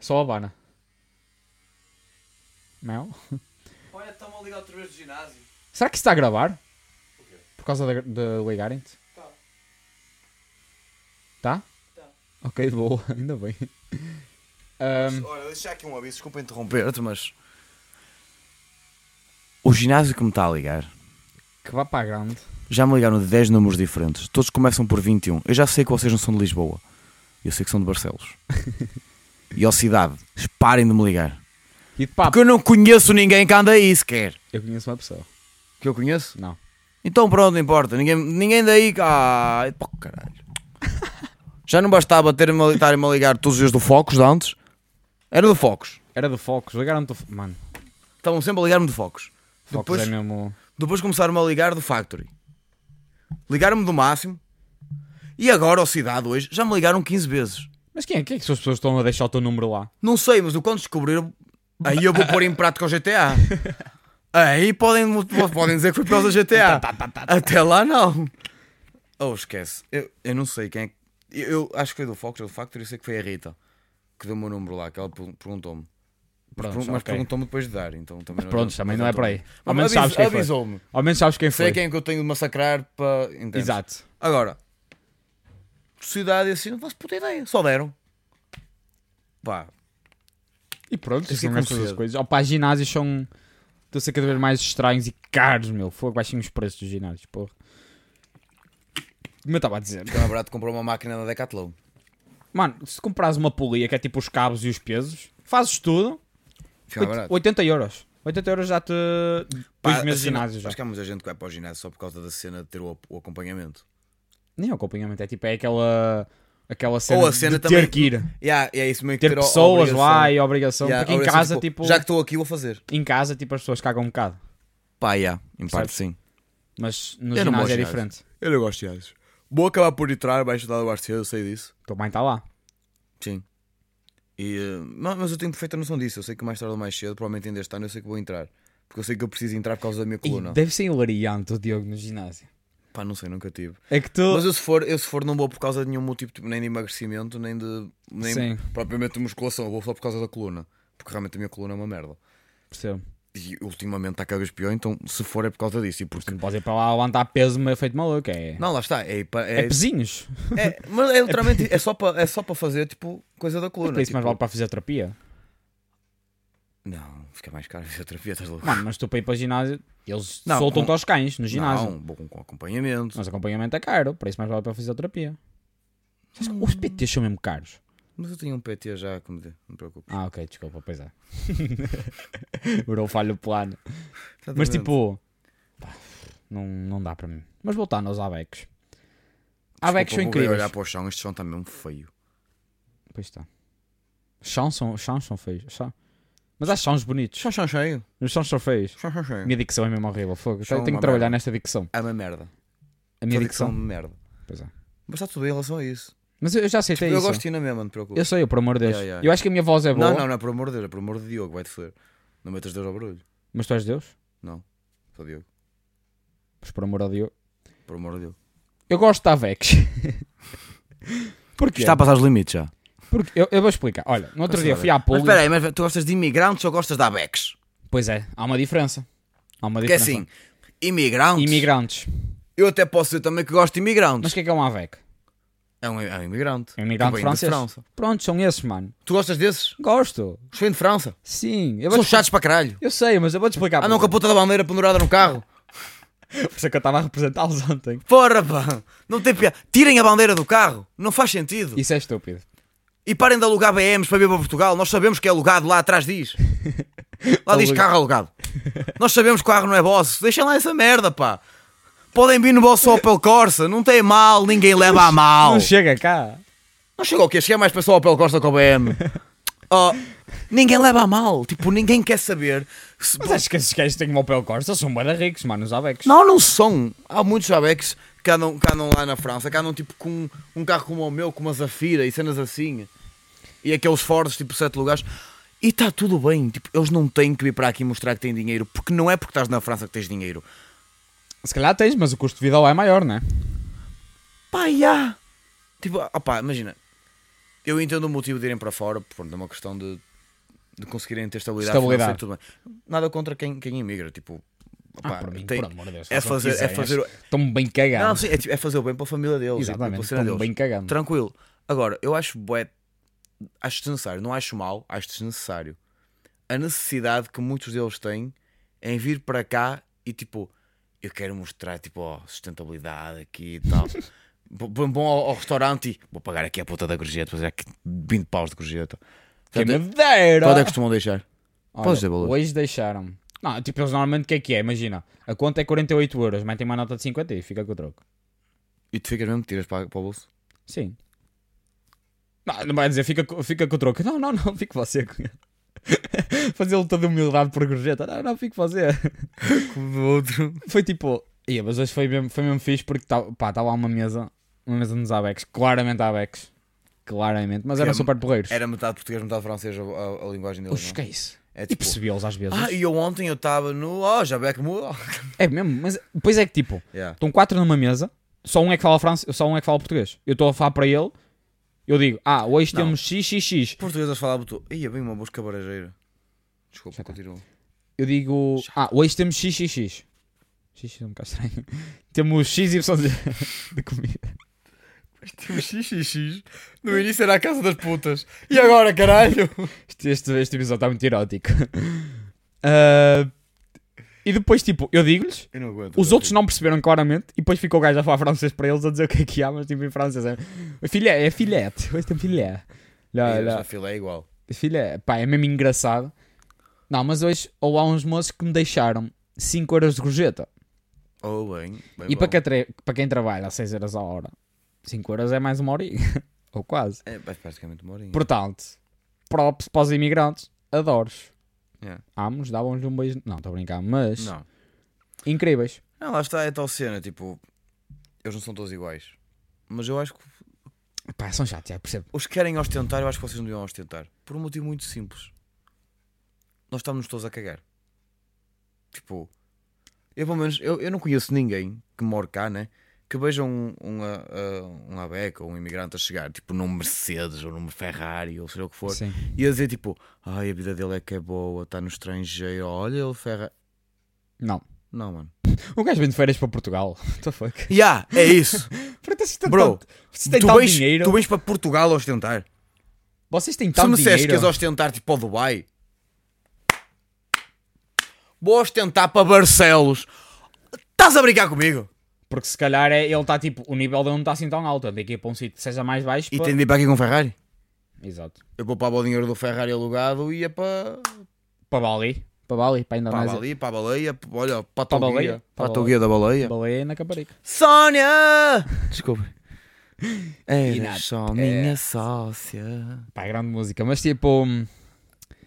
Speaker 2: Só a Habana. Não?
Speaker 1: Olha, estão a ligar outra vez do ginásio.
Speaker 2: Será que isso está a gravar? Por causa de, de ligarem-te?
Speaker 1: Tá.
Speaker 2: Tá?
Speaker 1: Tá.
Speaker 2: Ok, de boa, ainda bem. Ahm,
Speaker 1: Ora, deixar aqui um aviso, desculpa interromper-te, mas. O ginásio que me está a ligar
Speaker 2: que vá para a grande.
Speaker 1: já me ligaram de 10 números diferentes. Todos começam por 21. Eu já sei que vocês não são de Lisboa. Eu sei que são de Barcelos. e ó cidade, parem de me ligar.
Speaker 2: E de papo.
Speaker 1: Porque eu não conheço ninguém que anda aí sequer.
Speaker 2: Eu conheço uma pessoa.
Speaker 1: Que eu conheço?
Speaker 2: Não.
Speaker 1: Então pronto, não importa. Ninguém, ninguém daí. Ah, pô, caralho. Já não bastava terem-me a- estarem-me a ligar todos os dias do Focos de antes. Era do Focos.
Speaker 2: Era do Focus, ligaram-te. do Fo- Mano,
Speaker 1: Estavam sempre a ligar-me do Focos.
Speaker 2: Focus
Speaker 1: Depois-
Speaker 2: é mesmo.
Speaker 1: Depois começaram-me a ligar do Factory. Ligaram-me do máximo. E agora, ao Cidade, hoje, já me ligaram 15 vezes.
Speaker 2: Mas quem é, quem é que são as pessoas que estão a deixar o teu número lá?
Speaker 1: Não sei, mas eu quando descobrir, aí eu vou pôr em prática o GTA. Aí podem, podem dizer que foi por causa do GTA. Até lá não. Oh, esquece. Eu, eu não sei quem é. que- Eu, eu acho que foi do Fox ou do Factory, eu sei que foi a Rita que deu o meu número lá, que ela per- perguntou-me. Mas,
Speaker 2: Pronto,
Speaker 1: per- mas
Speaker 2: ok.
Speaker 1: perguntou-me depois de dar, então também não-
Speaker 2: Pronto, também não é
Speaker 1: adiantou.
Speaker 2: para aí. Ao
Speaker 1: Mas
Speaker 2: menos sabes quem foi.
Speaker 1: avisou-me.
Speaker 2: Ao menos sabes quem
Speaker 1: Sei
Speaker 2: foi.
Speaker 1: quem é que eu tenho de massacrar para. entendes?
Speaker 2: Exato.
Speaker 1: Agora, sociedade e assim, não faço puta ideia, só deram. Pá,
Speaker 2: E pronto,
Speaker 1: Eu
Speaker 2: são
Speaker 1: fico
Speaker 2: essas as
Speaker 1: ansioso.
Speaker 2: coisas. Opa, os ginásios são. Estão a ser cada vez mais estranhos e caros, meu. Fogo, baixinho os preços dos ginásios, porra. Como eu estava a dizer.
Speaker 1: Então é barato comprar uma máquina da Decathlon.
Speaker 2: Mano, se comprares uma polia que é tipo os cabos e os pesos, fazes tudo,
Speaker 1: Fica
Speaker 2: oit-
Speaker 1: é barato.
Speaker 2: 80 euros. 80 euros já te. Dois
Speaker 1: Pá,
Speaker 2: meses de
Speaker 1: a cena-
Speaker 2: ginásio já.
Speaker 1: Acho que há muita gente que vai para o ginásio só por causa da cena de ter o, o acompanhamento.
Speaker 2: Nem é o acompanhamento, é tipo, é aquela. Aquela cena,
Speaker 1: a cena
Speaker 2: de ter
Speaker 1: também-
Speaker 2: que ir.
Speaker 1: Yeah, é isso meio que
Speaker 2: Ter
Speaker 1: ter a- a
Speaker 2: pessoas
Speaker 1: obrigação.
Speaker 2: lá e a obrigação.
Speaker 1: Yeah, a
Speaker 2: porque em
Speaker 1: obrigação,
Speaker 2: casa, tipo.
Speaker 1: Já que estou aqui, vou fazer.
Speaker 2: Em casa, tipo, as pessoas cagam um bocado.
Speaker 1: Pá, yeah, em parte
Speaker 2: Sabes?
Speaker 1: sim.
Speaker 2: Mas no
Speaker 1: Eu não vou ao
Speaker 2: ginásio é
Speaker 1: ginásio.
Speaker 2: diferente.
Speaker 1: Eu não gosto de ginásios. Vou acabar por entrar, vai estudar o Arceus, eu sei disso.
Speaker 2: Tua mãe está lá.
Speaker 1: Sim. E, eh, ma- mas eu tenho perfeita noção disso. Eu sei que mais tarde ou mais cedo, provavelmente ainda este ano, eu sei que vou entrar. Porque eu sei que eu preciso entrar por causa da minha
Speaker 2: Ih,
Speaker 1: coluna.
Speaker 2: deve ser hilariante o Diogo no ginásio.
Speaker 1: Pá, não sei, nunca tive.
Speaker 2: É que tu.
Speaker 1: Mas eu se for, eu se for não vou por causa de nenhum meu tipo, tipo, nem de emagrecimento, nem de nem
Speaker 2: Sim.
Speaker 1: propriamente de musculação, eu vou só por causa da coluna, porque realmente a minha coluna é uma merda.
Speaker 2: Percebo.
Speaker 1: E ultimamente está cada vez pior, então se for é por causa disso. E
Speaker 2: Tu
Speaker 1: porque...
Speaker 2: não podes ir para lá levantar peso meio feito maluco. É,
Speaker 1: Não, lá está, é, pa-
Speaker 2: é
Speaker 1: é,
Speaker 2: pezinhos.
Speaker 1: é- mas é literalmente é só para é só para fazer tipo coisa da
Speaker 2: Mas
Speaker 1: coluna.
Speaker 2: para É isso mais
Speaker 1: tipo-
Speaker 2: vale para a fisioterapia.
Speaker 1: Não, fica mais caro a fisioterapia, estás louco?
Speaker 2: Mano, mas tu para ir para o ginásio, eles
Speaker 1: Não,
Speaker 2: soltam-te
Speaker 1: um-
Speaker 2: aos cães no ginásio.
Speaker 1: Não, vou com, com acompanhamento.
Speaker 2: Mas acompanhamento é caro, para isso mais vale para a fisioterapia. Sabes que Os PTs são mesmo caros.
Speaker 1: Mas eu tenho um PT já, como de, não me preocupo.
Speaker 2: Ah, ok, desculpa, pois é. Bro, falho o plano.
Speaker 1: É
Speaker 2: Mas tipo, pá, não, não dá para mim. Mas voltando aos ABECs. ABECs são incríveis.
Speaker 1: olhar para o chão, este chão está mesmo feio.
Speaker 2: Pois está. Chão são, chão são feios. Chão. Mas há chãos bonitos.
Speaker 1: Chão, chão cheio.
Speaker 2: Os chãos são feios.
Speaker 1: Chão, chão cheio.
Speaker 2: Minha dicção é mesmo horrível. Fogo.
Speaker 1: Chão
Speaker 2: Eu
Speaker 1: é
Speaker 2: tenho
Speaker 1: uma
Speaker 2: que trabalhar
Speaker 1: merda.
Speaker 2: nesta dicção.
Speaker 1: É uma merda.
Speaker 2: A minha
Speaker 1: Só digo que são
Speaker 2: dicção.
Speaker 1: uma merda.
Speaker 2: Pois é.
Speaker 1: Mas está tudo bem em relação a isso.
Speaker 2: Mas eu, eu já aceitei
Speaker 1: Tipo, eu
Speaker 2: é isso.
Speaker 1: gosto de ti na mesma, não te preocupes.
Speaker 2: Eu sei, eu, por amor de Deus.
Speaker 1: Yeah, yeah.
Speaker 2: Eu acho que a minha voz é boa,
Speaker 1: Não, não, não, por amor de Deus, é por amor de Diogo, vai-te foder. Não metas Deus ao barulho.
Speaker 2: mas tu és Deus.
Speaker 1: Só Diogo,
Speaker 2: Mas por amor de Deus.
Speaker 1: por amor de Deus.
Speaker 2: Eu gosto de Avex. Porquê?
Speaker 1: passar os limites já.
Speaker 2: Porque eu, eu vou explicar. Olha, no outro dia fui à
Speaker 1: é, Mas
Speaker 2: Poli.
Speaker 1: espera aí, mas tu gostas de imigrantes ou gostas de ABEX?
Speaker 2: Pois é, há uma diferença. Há uma
Speaker 1: Porque
Speaker 2: diferença.
Speaker 1: assim, imigrantes.
Speaker 2: Imigrantes.
Speaker 1: Eu até posso dizer também que gosto de imigrantes.
Speaker 2: Mas o que é que é um AVEC?
Speaker 1: É, um, é um imigrante.
Speaker 2: É um imigrante
Speaker 1: Que vem de
Speaker 2: francês.
Speaker 1: França.
Speaker 2: Pronto, são esses, mano.
Speaker 1: Tu gostas desses?
Speaker 2: Gosto.
Speaker 1: Os que vêm de França.
Speaker 2: Sim. Eu, Ah, vou
Speaker 1: São chatos para caralho.
Speaker 2: eu sei, mas eu vou-te explicar.
Speaker 1: Andam com a puta da bandeira pendurada no carro.
Speaker 2: Por isso é que eu estava a representá-los ontem.
Speaker 1: Porra, pá. Não tem piada. Tirem a bandeira do carro. Não faz sentido.
Speaker 2: Isso é estúpido.
Speaker 1: E parem de alugar BMs para vir para Portugal. Nós sabemos que é alugado lá atrás diz. Lá diz
Speaker 2: Aluga-
Speaker 1: carro alugado. Nós sabemos que o carro não é vosso. Deixem lá essa merda, pá. Podem vir no vosso Opel Corsa. Não tem mal, ninguém leva a mal.
Speaker 2: Não chega cá.
Speaker 1: Não chegou o quê? Chega mais pessoal ao Opel Corsa que ao BM. Oh, ninguém leva a mal. Tipo, ninguém quer saber. se-
Speaker 2: Mas acho que esses gajos têm uma Opel Corsa, são bué da ricos, mano, os AVECs.
Speaker 1: Não, não são. Há muitos jabeques que andam, que andam lá na França, que andam tipo com um carro como o meu, com uma Zafira e cenas assim. E aqueles Fords tipo sete lugares. E está tudo bem. Tipo, eles não têm que vir para aqui mostrar que têm dinheiro. Porque não é porque estás na França que tens dinheiro.
Speaker 2: Se calhar tens, mas o custo de vida lá é maior, né?
Speaker 1: Pá, já. Tipo, opá, imagina. Eu entendo o motivo de irem para fora, portanto, é uma questão de, de conseguirem ter estabilidade.
Speaker 2: Estabilidade.
Speaker 1: financeira e tudo bem. Nada contra quem, quem imigra. Tipo, opá,
Speaker 2: Ah, por mim,
Speaker 1: tem-
Speaker 2: por amor de Deus.
Speaker 1: é fazer- é fazer-
Speaker 2: Estão bem cagados.
Speaker 1: Não, sim, é, tipo, é fazer o bem para a família deles. e
Speaker 2: Exatamente,
Speaker 1: pela cena
Speaker 2: estão
Speaker 1: deles.
Speaker 2: bem cagados.
Speaker 1: Tranquilo. Agora, eu acho bué. Acho desnecessário. Não acho mal, acho desnecessário. A necessidade que muitos deles têm em vir para cá e tipo, eu quero mostrar tipo, ó, sustentabilidade aqui e tal. Vão vão ao, ao restaurante e vou pagar aqui a puta da gorjeta, vou fazer aqui 20 paus de gorjeta.
Speaker 2: Que
Speaker 1: Quanto é-
Speaker 2: madeira!
Speaker 1: Quanto é que costumam deixar?
Speaker 2: Olha,
Speaker 1: Podes dizer valor.
Speaker 2: hoje deixaram-me. Não, tipo, eles normalmente o que é que é? Imagina, a conta é 48 euros, metem uma nota de 50 e fica com o troco.
Speaker 1: E tu ficas mesmo, tiras para, para o bolso.
Speaker 2: Sim. Não, não vai dizer, fica, co- fica com o troco. Não, não, não, fico você com ele. Fazê-lo toda humildade por gorjeta. Não, não, fico você.
Speaker 1: Como do outro.
Speaker 2: Foi tipo, ia, mas hoje foi mesmo, foi mesmo fixe porque estava lá uma mesa, uma mesa nos Abex, claramente Abex. Claramente, mas
Speaker 1: Que
Speaker 2: eram
Speaker 1: é-
Speaker 2: super porreiros.
Speaker 1: Era metade português, metade francês a, a- a linguagem deles.
Speaker 2: Oxe,
Speaker 1: não?
Speaker 2: que é isso?
Speaker 1: É
Speaker 2: E
Speaker 1: tipo.
Speaker 2: percebi-los às vezes.
Speaker 1: Ah, e eu ontem eu estava no. Oh, Jabec Mu.
Speaker 2: É mesmo, mas depois é que tipo,
Speaker 1: Yeah.
Speaker 2: Estão quatro numa mesa, só um é que fala francês, só um é que fala português. Eu estou a falar para ele, eu digo, ah, hoje
Speaker 1: Não.
Speaker 2: temos XXX.
Speaker 1: Portuguesas falavam tu. Ia bem uma busca barajeira. Desculpa, continua.
Speaker 2: Eu digo, ah, hoje temos XXX. XX é um bocado estranho. temos XYZ de comida.
Speaker 1: Temos xxx. No início era a casa das putas. E agora, caralho?
Speaker 2: Este, este, este episódio está muito erótico. Ah, e depois, tipo, eu digo-lhes,
Speaker 1: Eu não aguento.
Speaker 2: os outros não perceberam claramente, e depois ficou o gajo a falar francês para eles, a dizer o que é que há, mas tipo em francês é filé, é filete, hoje tem filé. Lá, lá.
Speaker 1: A fila é igual.
Speaker 2: Filha, pá, é mesmo engraçado. Não, mas hoje, ou há uns moços que me deixaram 5 horas de gorjeta.
Speaker 1: Oh, bem. bem
Speaker 2: e
Speaker 1: bom.
Speaker 2: para, que é atre- para quem trabalha 6 horas a hora, 5 horas é mais uma horinha. ou quase.
Speaker 1: É, mas praticamente uma horinha.
Speaker 2: Portanto, props para os imigrantes. Adores.
Speaker 1: Yeah.
Speaker 2: Amos, davam-lhes um beijo. Não, estou a brincar, mas.
Speaker 1: Não.
Speaker 2: Incríveis.
Speaker 1: Não, lá está, é tal cena. Tipo, eles não são todos iguais. Mas eu acho que
Speaker 2: Pá, são chatos, já percebo.
Speaker 1: os que querem ostentar, eu acho que vocês não deviam ostentar. Por um motivo muito simples. Nós estamos todos a cagar. Tipo, eu pelo menos, eu, eu não conheço ninguém que mora cá, né? Que veja um, um, ah, ah, um ABEC ou um imigrante a chegar, tipo, num Mercedes ou num Ferrari ou seja o que for,
Speaker 2: Sim.
Speaker 1: e a dizer, tipo, ai, a vida dele é que é boa, está no estrangeiro, olha ele Ferrari.
Speaker 2: Não.
Speaker 1: Não, mano.
Speaker 2: O gajo vem de férias para Portugal. What the fuck?
Speaker 1: Ya, é isso.
Speaker 2: Porque se tem
Speaker 1: Bro,
Speaker 2: é tanto- se tem
Speaker 1: tu,
Speaker 2: tanto
Speaker 1: vens,
Speaker 2: dinheiro.
Speaker 1: tu vens para Portugal ostentar.
Speaker 2: Vocês têm
Speaker 1: Se
Speaker 2: tanto
Speaker 1: me disseste que
Speaker 2: dinheiro.
Speaker 1: ias ostentar tipo ao Dubai, vou ostentar para Barcelos. Estás a brincar comigo?
Speaker 2: Porque se calhar é, ele está tipo, o nível dele não está assim tão alto. Ele tem que ir para um sítio que seja mais baixo.
Speaker 1: E
Speaker 2: pá.
Speaker 1: tem de ir para aqui com o Ferrari?
Speaker 2: Exato.
Speaker 1: Eu poupava o dinheiro do Ferrari alugado e ia para,
Speaker 2: Para Bali. Para Bali, para a
Speaker 1: para a
Speaker 2: Indonésia.
Speaker 1: baleia, para a baleia, p- olha, é- para a
Speaker 2: Para a
Speaker 1: tua
Speaker 2: baleia?
Speaker 1: guia,
Speaker 2: Para a
Speaker 1: para a tua guia
Speaker 2: baleia.
Speaker 1: da baleia.
Speaker 2: Baleia é na Caparica.
Speaker 1: Sónia! Desculpa.
Speaker 2: E
Speaker 1: Era
Speaker 2: nada.
Speaker 1: só minha sócia.
Speaker 2: Pá, é grande música. Mas tipo, hum,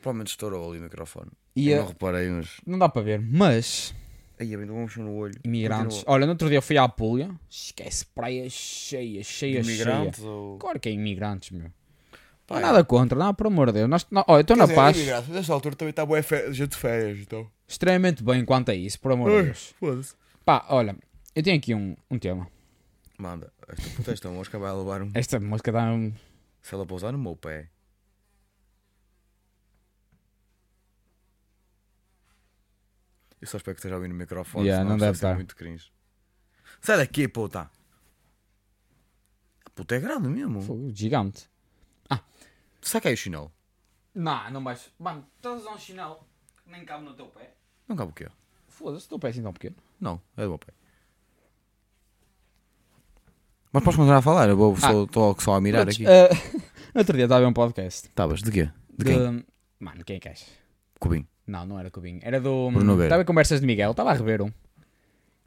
Speaker 1: Provavelmente estourou ali o microfone.
Speaker 2: E
Speaker 1: Eu
Speaker 2: a-
Speaker 1: não reparei, mas.
Speaker 2: não dá para ver. Mas,
Speaker 1: Aí, abrindo um no olho.
Speaker 2: imigrantes.
Speaker 1: Continua.
Speaker 2: Olha, no outro dia eu fui à Apulia. Esquece, praia cheia, cheia,
Speaker 1: Imigrantes
Speaker 2: cheia.
Speaker 1: ou.
Speaker 2: Claro que é imigrantes, meu.
Speaker 1: Pá, é.
Speaker 2: Nada contra, não, por amor de Deus. Nós, não, olha, estou na paz.
Speaker 1: Mas nesta altura também está boa gente de férias, então.
Speaker 2: Extremamente bem quanto a isso, por amor de Deus.
Speaker 1: Foda-se.
Speaker 2: Pá, olha, eu tenho aqui um, um tema.
Speaker 1: Manda, esta puta esta mosca vai levar um.
Speaker 2: Esta música dá um.
Speaker 1: Se ela pousar no meu pé. Eu só espero que esteja a ouvir no microfone.
Speaker 2: Yeah,
Speaker 1: senão
Speaker 2: não
Speaker 1: isto
Speaker 2: deve
Speaker 1: vai ser
Speaker 2: estar.
Speaker 1: muito cringe. Sai daqui, puta. A puta é grande mesmo.
Speaker 2: fogo Gigante.
Speaker 1: Saca aí o chinelo.
Speaker 2: Não, não vais. Mano, estás a usar um chinelo que nem cabe no teu pé.
Speaker 1: Não cabe o quê?
Speaker 2: Foda-se, o teu pé é assim tão pequeno.
Speaker 1: Não, é do meu pé. Mas podes continuar a falar? Eu vou- só- estou só a mirar aqui.
Speaker 2: Ah, no outro dia estava a ver um podcast.
Speaker 1: Estavas, de quê? De quem?
Speaker 2: Mano, quem é que és?
Speaker 1: Cubinho.
Speaker 2: Não, não era Cubinho. Era do.
Speaker 1: Bruno Nogueira.
Speaker 2: Estava a conversas de Miguel, estava a rever um.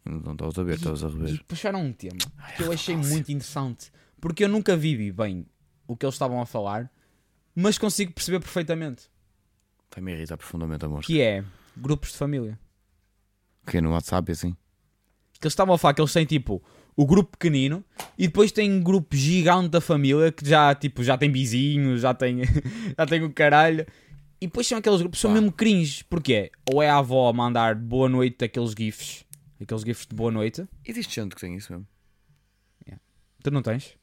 Speaker 1: Não estavas a ver, estavas a
Speaker 2: E
Speaker 1: rever.
Speaker 2: puxaram um tema que eu achei muito interessante. Porque eu nunca vivi bem o que eles estavam a falar, mas consigo perceber perfeitamente.
Speaker 1: Está-me a irritar profundamente a mosca.
Speaker 2: Que é grupos de família.
Speaker 1: Que é no WhatsApp e assim.
Speaker 2: que eles estavam a falar que eles têm tipo o grupo pequenino e depois tem um grupo gigante da família que já tipo já tem vizinhos, já tem já tem o caralho. E depois são aqueles grupos que são
Speaker 1: Pá.
Speaker 2: mesmo cringe, porque é ou é a avó a mandar boa noite aqueles gifs, aqueles gifs de boa noite.
Speaker 1: Existe gente que tem isso mesmo.
Speaker 2: Tu não tens?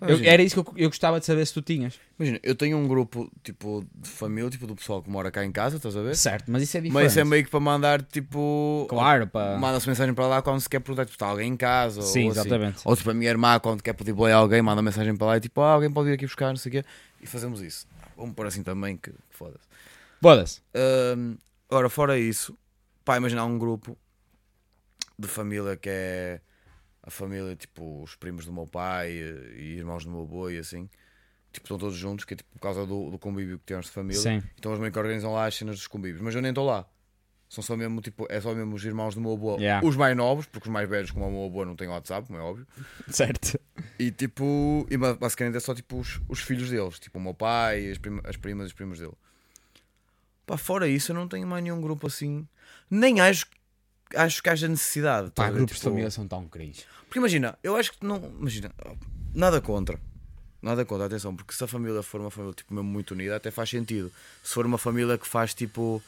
Speaker 2: Eu-
Speaker 1: Imagina.
Speaker 2: era isso que eu, eu gostava de saber se tu tinhas.
Speaker 1: Imagina, eu tenho um grupo tipo de família, tipo do pessoal que mora cá em casa, estás a ver?
Speaker 2: Certo, mas isso é diferente.
Speaker 1: Mas isso é meio que para mandar tipo.
Speaker 2: Claro, pá.
Speaker 1: Manda-se mensagem para lá quando se quer perguntar, tipo, está alguém em casa?
Speaker 2: Sim,
Speaker 1: ou assim.
Speaker 2: exatamente.
Speaker 1: Ou tipo, a minha irmã, quando quer pedir boleia a alguém, manda mensagem para lá e tipo, ah, alguém pode vir aqui buscar, não sei o quê. E fazemos isso. Vamos pôr assim também, que, que foda-se.
Speaker 2: Foda-se.
Speaker 1: Hum, ora, fora isso, pá, imaginar um grupo de família que é a família, tipo, os primos do meu pai eh, e irmãos do meu avô e assim. Tipo, estão todos juntos, que é tipo por causa do, do convívio que temos de família.
Speaker 2: Sim.
Speaker 1: Então eles meio que organizam lá as cenas dos convívios, mas eu nem estou lá. São só mesmo, tipo, é só mesmo os irmãos do meu avô,
Speaker 2: Yeah.
Speaker 1: os mais novos, porque os mais velhos, como o meu avô, não têm WhatsApp, como é óbvio.
Speaker 2: Certo.
Speaker 1: E tipo, e ba- basicamente é só tipo os, os filhos deles, tipo o meu pai, as, prima- as primas e os primos dele. Pá, fora isso, eu não tenho mais nenhum grupo assim. Nem acho, acho que haja necessidade. estás
Speaker 2: Pá,
Speaker 1: a ver?
Speaker 2: grupos de
Speaker 1: Tipo,
Speaker 2: família são tão cringe.
Speaker 1: porque imagina, eu acho que não. Imagina, nada contra. Nada contra, atenção, porque se a família for uma família tipo, mesmo muito unida, até faz sentido. Se for uma família que faz tipo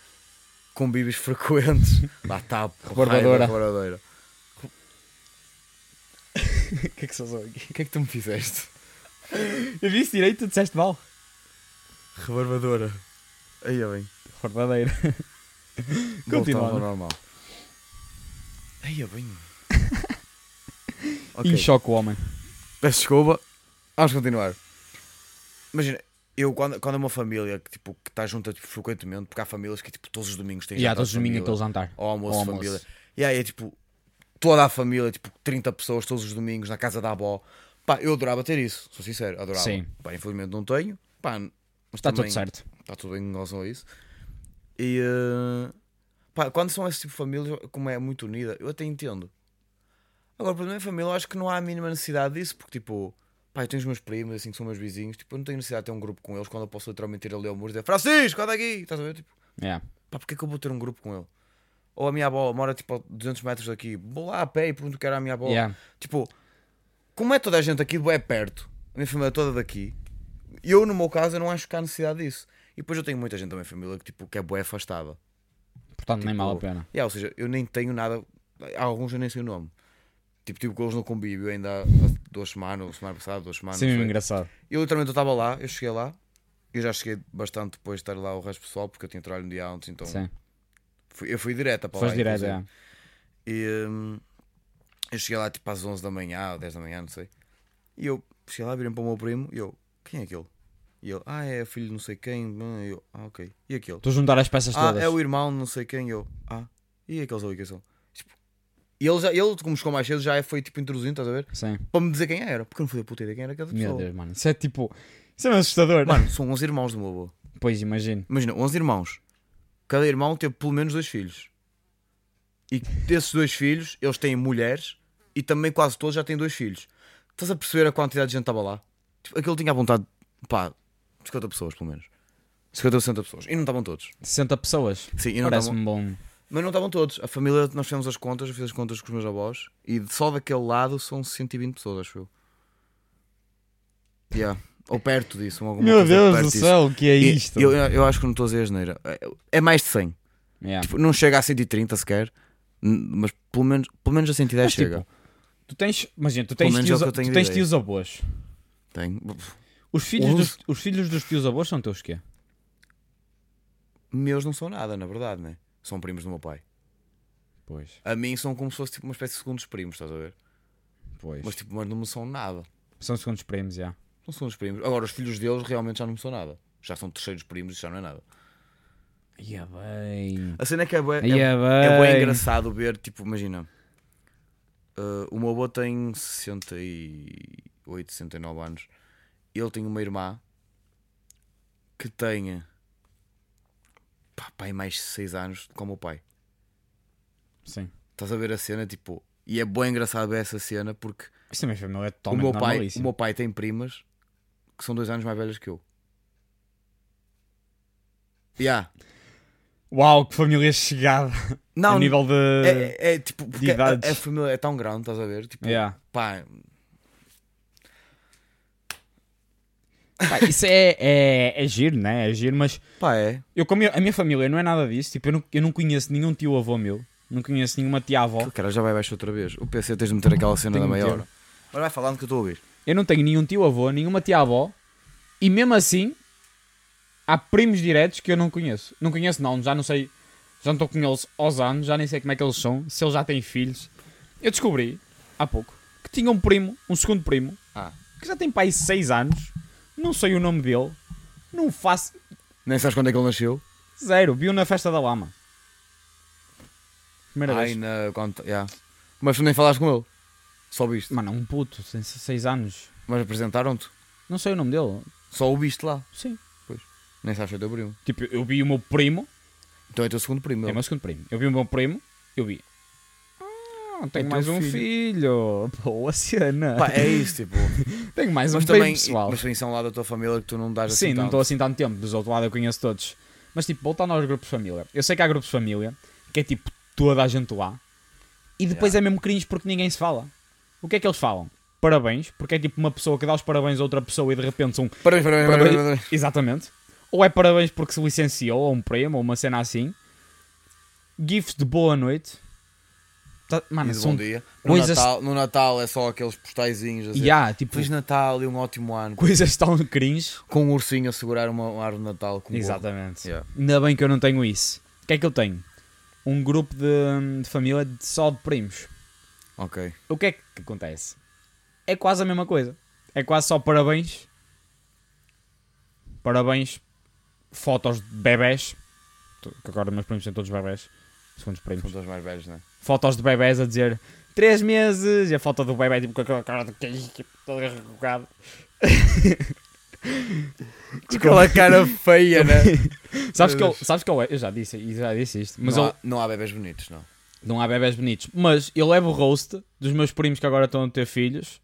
Speaker 1: convívios frequentes, lá está,
Speaker 2: Rebarbadoura.
Speaker 1: rebarbadeira.
Speaker 2: O que é que são aqui?
Speaker 1: O que é que tu me fizeste?
Speaker 2: Eu disse direito, tu disseste mal.
Speaker 1: Rebarbadora. Aí é bem.
Speaker 2: Verdadeiro.
Speaker 1: Voltamos ao
Speaker 2: Continuando.
Speaker 1: normal. Aí é bem.
Speaker 2: Em choque o homem.
Speaker 1: Peço desculpa. Vamos continuar. Imagina, eu quando, quando é uma família que, tipo, que está junta tipo, frequentemente, porque há famílias que tipo, todos os domingos têm
Speaker 2: E há
Speaker 1: jantar de
Speaker 2: todos os domingos
Speaker 1: família,
Speaker 2: aquele jantar.
Speaker 1: ou almoço,
Speaker 2: Ou
Speaker 1: de
Speaker 2: almoço.
Speaker 1: família. E aí é tipo, toda a família, tipo 30 pessoas todos os domingos na casa da avó. Pá, eu adorava ter isso, sou sincero, adorava.
Speaker 2: Sim.
Speaker 1: Pá, infelizmente não tenho. Pá, mas
Speaker 2: Está
Speaker 1: também-
Speaker 2: tudo certo.
Speaker 1: Está tudo bem em relação a isso. E eh, pá, quando são esse tipo de famílias, como é muito unida, eu até entendo. Agora, para a minha família, eu acho que não há a mínima necessidade disso, porque tipo, pá, eu tenho os meus primos, assim, que são meus vizinhos, tipo, eu não tenho necessidade de ter um grupo com eles quando eu posso literalmente ir ali ao muro e dizer Francisco, anda aqui! Estás a ver? Tipo,
Speaker 2: Yeah.
Speaker 1: pá, porquê que eu vou ter um grupo com ele? Ou a minha avó mora tipo a 200 metros daqui, vou lá a pé e pergunto o que era a minha avó.
Speaker 2: Yeah.
Speaker 1: Tipo, como é toda a gente aqui é perto, a minha família é toda daqui, eu no meu caso eu não acho que há necessidade disso. E depois eu tenho muita gente da minha família que, tipo, que é bué afastada.
Speaker 2: Portanto, nem
Speaker 1: Tipo,
Speaker 2: vale a pena.
Speaker 1: Yeah, ou seja, eu nem tenho nada. Há alguns eu nem sei o nome. Tipo, tipo com eles no convívio ainda há duas semanas, ou semana passada, duas semanas.
Speaker 2: Sim,
Speaker 1: não
Speaker 2: é mesmo
Speaker 1: sei.
Speaker 2: engraçado.
Speaker 1: Eu literalmente eu estava lá, eu cheguei lá, eu já cheguei bastante depois de estar lá o resto do pessoal, porque eu tinha trabalho no dia antes, então
Speaker 2: Sim.
Speaker 1: fui- eu fui direta para
Speaker 2: Foste
Speaker 1: lá.
Speaker 2: direto,
Speaker 1: inclusive.
Speaker 2: é.
Speaker 1: E hum, eu cheguei lá tipo às 11 da manhã ou 10 da manhã, não sei. E eu cheguei lá, virei para o meu primo e eu, quem é aquele? E ele, ah, é filho de não sei quem. bã, E eu, ah, ok. E aquele?
Speaker 2: Estou a juntar as peças
Speaker 1: Ah,
Speaker 2: todas.
Speaker 1: é o irmão de não sei quem. E eu, ah, e aqueles ali que são? Tipo, E ele, já, ele, como chegou mais cedo, já foi tipo introduzindo, estás a ver?
Speaker 2: Sim.
Speaker 1: Para me dizer quem era, porque eu não fui a puta ideia quem era cada
Speaker 2: Meu
Speaker 1: pessoa.
Speaker 2: Deus, mano. Isso é tipo. Isso é meio assustador.
Speaker 1: Mano, são 11 irmãos do meu avô.
Speaker 2: Pois, imagino.
Speaker 1: Imagina, 11 irmãos. Cada irmão teve pelo menos dois filhos. E desses dois filhos, eles têm mulheres e também quase todos já têm dois filhos. Estás a perceber a quantidade de gente que estava lá? Tipo, aquilo tinha à vontade, pá, 50 pessoas pelo menos. 50 ou 60 pessoas. E não estavam todos.
Speaker 2: 60 pessoas.
Speaker 1: Sim, e não estavam.
Speaker 2: Parece-me bom.
Speaker 1: Mas não estavam todos. A família, nós fizemos as contas, eu fiz as contas com os meus avós e só daquele lado são 120 pessoas, acho eu. Yeah. Ou perto disso. alguma
Speaker 2: Meu
Speaker 1: coisa
Speaker 2: Deus
Speaker 1: perto
Speaker 2: do
Speaker 1: disso.
Speaker 2: céu, o que é
Speaker 1: E-
Speaker 2: isto?
Speaker 1: Eu, eu acho que não estou a dizer asneira. É- É mais de 100.
Speaker 2: Yeah.
Speaker 1: Tipo, não chega a 130 sequer, n- mas pelo menos, pelo menos a 110
Speaker 2: Mas,
Speaker 1: chega.
Speaker 2: tipo, tu tens. Imagina, tu
Speaker 1: Pelo
Speaker 2: tens
Speaker 1: menos é o
Speaker 2: tios,
Speaker 1: que eu tenho
Speaker 2: tu tens
Speaker 1: ideia.
Speaker 2: tios avós.
Speaker 1: Tem.
Speaker 2: Os filhos,
Speaker 1: Onze.
Speaker 2: dos, os filhos dos tios avós são teus quê?
Speaker 1: Meus não são nada, na verdade, né? São primos do meu pai.
Speaker 2: Pois,
Speaker 1: A mim são como se fosse tipo, uma espécie de segundos primos, estás a ver?
Speaker 2: pois.
Speaker 1: Mas, tipo, mas não me são nada.
Speaker 2: São segundos prémios, já.
Speaker 1: Não são os primos. Agora, os filhos deles realmente já não me são nada. Já são terceiros primos e já não é nada.
Speaker 2: Ia bem.
Speaker 1: A cena é que é bué, é,
Speaker 2: Ia bem.
Speaker 1: é bué engraçado ver, tipo, imagina. uh, o meu avô tem 68, 69 anos. Ele tem uma irmã que tem pá, pai mais 6 anos como o pai.
Speaker 2: Sim.
Speaker 1: Estás a ver a cena, tipo, e é bem engraçado ver essa cena porque
Speaker 2: Isto também foi meu, é
Speaker 1: o
Speaker 2: totalmente
Speaker 1: meu, pai, o
Speaker 2: normalíssimo.
Speaker 1: meu pai tem primas que são dois anos mais velhas que eu. Yeah.
Speaker 2: Uau, que família chegada.
Speaker 1: Não,
Speaker 2: a nível de.
Speaker 1: é, é tipo, porque a-
Speaker 2: idades.
Speaker 1: a, família é tão grande, estás a ver? Tipo,
Speaker 2: Yeah.
Speaker 1: pá,
Speaker 2: Pá, isso é, é, é giro, né? É giro, mas
Speaker 1: pá, é.
Speaker 2: eu, como eu- a minha família não é nada disso. Tipo, eu não, eu não conheço nenhum tio avô meu. Não conheço nenhuma tia avó.
Speaker 1: O cara já vai baixo outra vez. O PC tens de meter aquela cena
Speaker 2: Tenho
Speaker 1: da meia
Speaker 2: de meter.
Speaker 1: hora. Mas vai falando que eu estou a ouvir.
Speaker 2: Eu não tenho nenhum tio avô, nenhuma tia avó. E mesmo assim, há primos diretos que eu não conheço. Não conheço, não, já não sei. Já não estou com eles aos anos, já nem sei como é que eles são, se eles já têm filhos. Eu descobri, há pouco, que tinha um primo, um segundo primo, que já tem pai 6 anos. Não sei o nome dele. Não faço.
Speaker 1: Nem sabes quando é que ele nasceu?
Speaker 2: Zero. Viu na festa da lama. Primeira
Speaker 1: Ai,
Speaker 2: vez.
Speaker 1: na. Quando, yeah. Mas tu nem falaste com ele. Só ouviste.
Speaker 2: Mano, é um puto, tem 6 anos.
Speaker 1: Mas apresentaram-te.
Speaker 2: Não sei o nome dele.
Speaker 1: Só ouviste lá.
Speaker 2: Sim.
Speaker 1: Nem sabes que é o teu primo.
Speaker 2: Tipo, eu vi o meu primo.
Speaker 1: Então é o teu segundo primo.
Speaker 2: É o meu segundo primo. Eu vi o meu primo. Eu vi. Ah,
Speaker 1: É
Speaker 2: tenho
Speaker 1: teu
Speaker 2: mais um
Speaker 1: filho.
Speaker 2: filho. Boa cena.
Speaker 1: Pá, é isso, tipo.
Speaker 2: Tenho mais um
Speaker 1: mas
Speaker 2: primo,
Speaker 1: também.
Speaker 2: pessoal.
Speaker 1: Mas também são lá da tua família que tu não dás
Speaker 2: Sim,
Speaker 1: assim.
Speaker 2: não
Speaker 1: tanto.
Speaker 2: estou assim tanto tempo. Dos outro lado eu conheço todos. Mas tipo, voltando aos grupos de família. Eu sei que há grupos de família que é tipo toda a gente lá. E depois é mesmo cringe porque ninguém se fala. O que é que eles falam? Parabéns, porque é tipo uma pessoa que dá os parabéns a outra pessoa e de repente são.
Speaker 1: Parabéns, parabéns, parabéns.
Speaker 2: parabéns-
Speaker 1: parabéns.
Speaker 2: Exatamente. Ou é parabéns porque se licenciou, ou um prêmio, ou uma cena assim. GIFs de boa noite. Tá- Mano,
Speaker 1: E de
Speaker 2: são.
Speaker 1: bom um dia. No,
Speaker 2: coisas-
Speaker 1: Natal, no Natal é só aqueles postaizinhos. a dizer,
Speaker 2: Ya, tipo,
Speaker 1: Feliz Natal e um ótimo ano.
Speaker 2: coisas tão cringe.
Speaker 1: Com um ursinho a segurar uma, uma árvore de Natal. Com um gorro.
Speaker 2: Exatamente.
Speaker 1: Yeah.
Speaker 2: Ainda bem que eu não tenho isso. O que é que eu tenho? Um grupo de, de família de- só de primos.
Speaker 1: Ok.
Speaker 2: O que é que acontece? É quase a mesma coisa. É quase só parabéns. Parabéns. Fotos de bebés. Tu- Que agora meus primos são todos bebés. Segundos
Speaker 1: São
Speaker 2: primos.
Speaker 1: todos mais velhos, não é?
Speaker 2: Fotos de bebés a dizer 3 meses. E a foto do bebé tipo com aquela cara de queijo, tipo, todo arrugado. é
Speaker 1: Aquela cara feia, né?
Speaker 2: Sabes que,
Speaker 1: Meu
Speaker 2: eu, sabes que eu, eu já disse, eu já disse isto. Mas
Speaker 1: não,
Speaker 2: eu,
Speaker 1: há, não há bebés bonitos, não.
Speaker 2: Não há bebés bonitos. Mas eu levo o roast dos meus primos que agora estão a ter filhos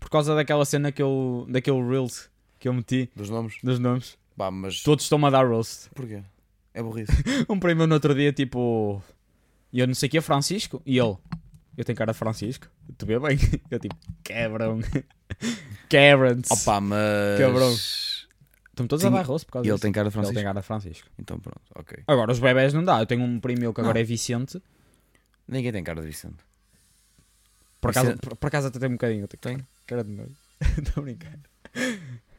Speaker 2: por causa daquela cena que eu, daquele Reels que eu meti
Speaker 1: Dos nomes.
Speaker 2: dos nomes.
Speaker 1: Pá, mas.
Speaker 2: Todos estão-me a dar roast.
Speaker 1: Porquê? É burrice.
Speaker 2: Um primo meu no outro dia, tipo, eu não sei o que é Francisco. E ele, eu tenho cara de Francisco. Tu vê bem? Eu, tipo, quebram. Quebram-se.
Speaker 1: Opa, mas.
Speaker 2: Cabrão. Estão todos a
Speaker 1: Sim.
Speaker 2: dar roast por causa
Speaker 1: E ele
Speaker 2: disso.
Speaker 1: tem cara de
Speaker 2: Ele
Speaker 1: Francisco?
Speaker 2: tem cara de Francisco.
Speaker 1: Então pronto, ok.
Speaker 2: Agora, os bebés não dá. Eu tenho um primo meu que agora
Speaker 1: Não.
Speaker 2: é Vicente.
Speaker 1: Ninguém tem cara de Vicente.
Speaker 2: Por acaso,
Speaker 1: Vicente-
Speaker 2: por, por acaso até tem um bocadinho. Eu tenho
Speaker 1: Tenho.
Speaker 2: cara de nojo. Estou a brincar.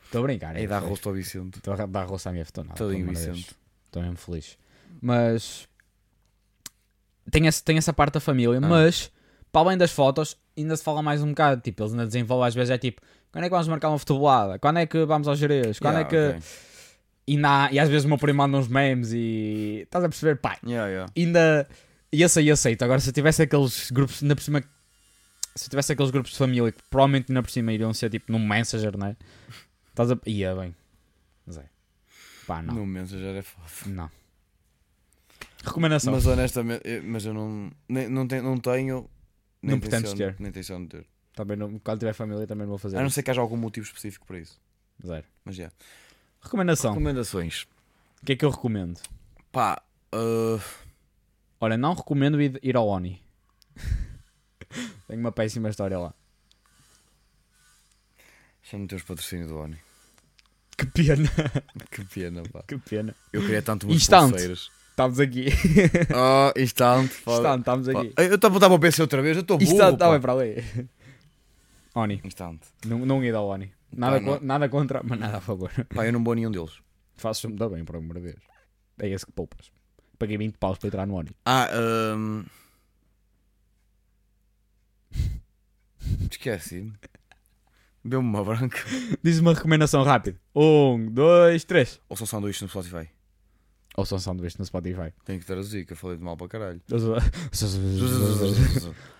Speaker 2: Estou a brincar.
Speaker 1: É
Speaker 2: é
Speaker 1: dar
Speaker 2: feliz.
Speaker 1: rosto ao Vicente.
Speaker 2: Estou a dar roça à minha fotonada.
Speaker 1: Tadinho Vicente.
Speaker 2: Estou mesmo feliz. Mas. Tem, esse, tem essa parte da família,
Speaker 1: Ah.
Speaker 2: mas. Para além das fotos, ainda se fala mais um bocado. Tipo, eles ainda desenvolvem às vezes. É tipo, quando é que vamos marcar uma futebolada? Quando é que vamos aos gerês? Quando é
Speaker 1: Yeah,
Speaker 2: que.
Speaker 1: ok.
Speaker 2: E, na, e às vezes o meu primo manda uns memes e. Estás a perceber? Pai,
Speaker 1: Yeah, yeah.
Speaker 2: ainda ia sair aceito. Agora, se eu tivesse aqueles grupos, ainda por cima, se eu tivesse aqueles grupos de família que provavelmente ainda por cima iriam ser tipo num Messenger, não é? Estás a. ia bem. Mas é. Pá, não.
Speaker 1: No Messenger é foda.
Speaker 2: Não. Recomendação.
Speaker 1: Mas honestamente, eu, mas eu não, nem- não, tenho, não tenho. Nem
Speaker 2: Não pretendes
Speaker 1: intenciono-
Speaker 2: ter.
Speaker 1: Nem intenção de ter.
Speaker 2: Também não, quando tiver família, também não vou fazer.
Speaker 1: A não
Speaker 2: isso.
Speaker 1: ser que haja algum motivo específico para isso.
Speaker 2: Zero.
Speaker 1: Mas já.
Speaker 2: Recomendação.
Speaker 1: Recomendações.
Speaker 2: O que é que eu recomendo?
Speaker 1: Pá, uh,
Speaker 2: Olha, não recomendo ir ir ao Oni. Tenho uma péssima história lá.
Speaker 1: chama-me teus patrocínio do Oni.
Speaker 2: Que pena,
Speaker 1: Que pena, pá.
Speaker 2: que pena.
Speaker 1: Eu queria tanto umas
Speaker 2: Instante.
Speaker 1: pulseiras.
Speaker 2: Estamos aqui.
Speaker 1: Oh, instante, foda.
Speaker 2: Estamos, estamos aqui. tá
Speaker 1: Eu estou a apontar para o PC outra vez, eu estou burro.
Speaker 2: Isto está
Speaker 1: pá.
Speaker 2: bem para ali. Oni.
Speaker 1: Instante.
Speaker 2: Não, não ia dar ao Oni. Nada,
Speaker 1: Pá, não.
Speaker 2: con- nada contra, mas nada a favor.
Speaker 1: Pá, eu não vou a nenhum deles.
Speaker 2: Faço-me da bem, por amor de Deus. É esse que poupas. Paguei 20 paus para entrar no Oni.
Speaker 1: Ah, hum... esqueci-me. Deu-me uma branca.
Speaker 2: Diz uma recomendação rápida. Um, dois, três.
Speaker 1: Ou são sanduíches no Spotify?
Speaker 2: Ou são sanduíches um no Spotify.
Speaker 1: Tenho que traduzir, que eu falei de mal para caralho.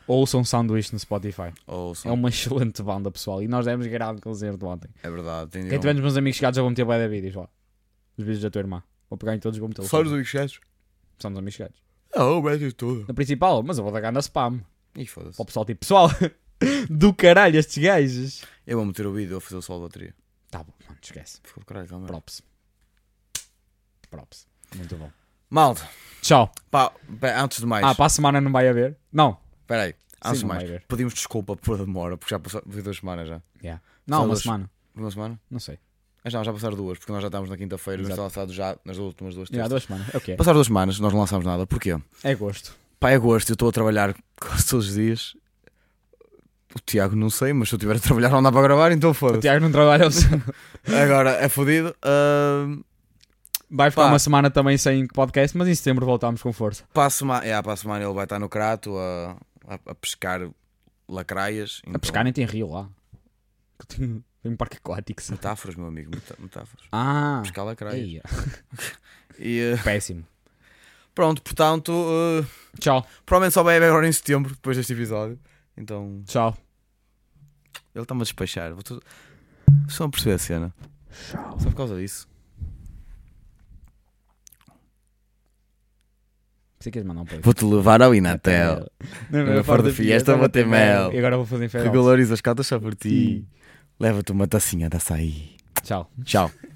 Speaker 2: Ou são sanduíches um no Spotify.
Speaker 1: Ou
Speaker 2: É
Speaker 1: são...
Speaker 2: uma excelente banda, pessoal. E nós demos gravar um concerto ontem.
Speaker 1: É verdade, tem de ir
Speaker 2: Quem
Speaker 1: a um-
Speaker 2: tiver nos meus amigos chegados, eu vou meter bué de vídeos lá. Os vídeos da tua irmã. Vou pegar em todos e vou meter
Speaker 1: Só os amigos chefes?
Speaker 2: São os amigos chegados.
Speaker 1: Não, mete tudo.
Speaker 2: Na principal, mas eu vou dar na spam.
Speaker 1: Ih, foda-se.
Speaker 2: Para o pessoal tipo, pessoal, do caralho estes gajos.
Speaker 1: Eu vou meter o vídeo a fazer o sol da bateria.
Speaker 2: Tá bom, mano, esquece.
Speaker 1: Ficou do caralho, tá calma. aí.
Speaker 2: Props. Props. Muito bom.
Speaker 1: Malta,
Speaker 2: Tchau.
Speaker 1: pá, pá, antes de mais,
Speaker 2: Ah, para a semana não vai haver? Não.
Speaker 1: espera aí. Antes de
Speaker 2: Sim, não vai
Speaker 1: mais,
Speaker 2: haver.
Speaker 1: pedimos desculpa por a demora, porque já passou foi duas semanas já.
Speaker 2: Yeah. Não, uma
Speaker 1: Todas.
Speaker 2: semana.
Speaker 1: Foi Uma semana?
Speaker 2: Não sei.
Speaker 1: Ah, já, já passaram duas, porque nós já estávamos na quinta-feira, mas
Speaker 2: Exato.
Speaker 1: está lançado já nas últimas duas
Speaker 2: Já,
Speaker 1: terças.
Speaker 2: duas semanas. É o que é.
Speaker 1: Passaram duas semanas, nós não lançámos nada. Porquê?
Speaker 2: É gosto.
Speaker 1: Pá, é gosto, eu estou a trabalhar quase todos os dias. O Tiago não sei, mas se eu estiver a trabalhar não dá para gravar, então
Speaker 2: O
Speaker 1: foda-se.
Speaker 2: Tiago não trabalha. ao sábado.
Speaker 1: Agora é fodido. Ahm,
Speaker 2: Vai ficar
Speaker 1: Pá.
Speaker 2: uma semana também sem podcast, mas em setembro voltamos com força.
Speaker 1: para, a semana, yeah, para a semana é, ele vai estar no crato a, a, a pescar lacraias. Então,
Speaker 2: A pescar né? nem tem rio lá. Que Tem, tem um parque aquático. sabe?
Speaker 1: Metáforas, meu amigo, meta- metáforas.
Speaker 2: Ah,
Speaker 1: Pescar lacraias.
Speaker 2: eia,
Speaker 1: E, eh,
Speaker 2: péssimo.
Speaker 1: pronto, portanto, eh,
Speaker 2: Tchau,
Speaker 1: provavelmente só vai haver agora em setembro, depois deste episódio. Então,
Speaker 2: tchau.
Speaker 1: ele está-me a despachar. Vou tu- Só a perceber a cena.
Speaker 2: Tchau.
Speaker 1: Só por causa disso.
Speaker 2: Você quer mandar um peixe?
Speaker 1: Vou-te levar ao Inatel.
Speaker 2: Na
Speaker 1: minha farda fiesta, vou ter é mel.
Speaker 2: E agora vou fazer inferno.
Speaker 1: Regulariza as cartas só por ti. Leva-te uma tacinha de açaí.
Speaker 2: Tchau.
Speaker 1: Tchau.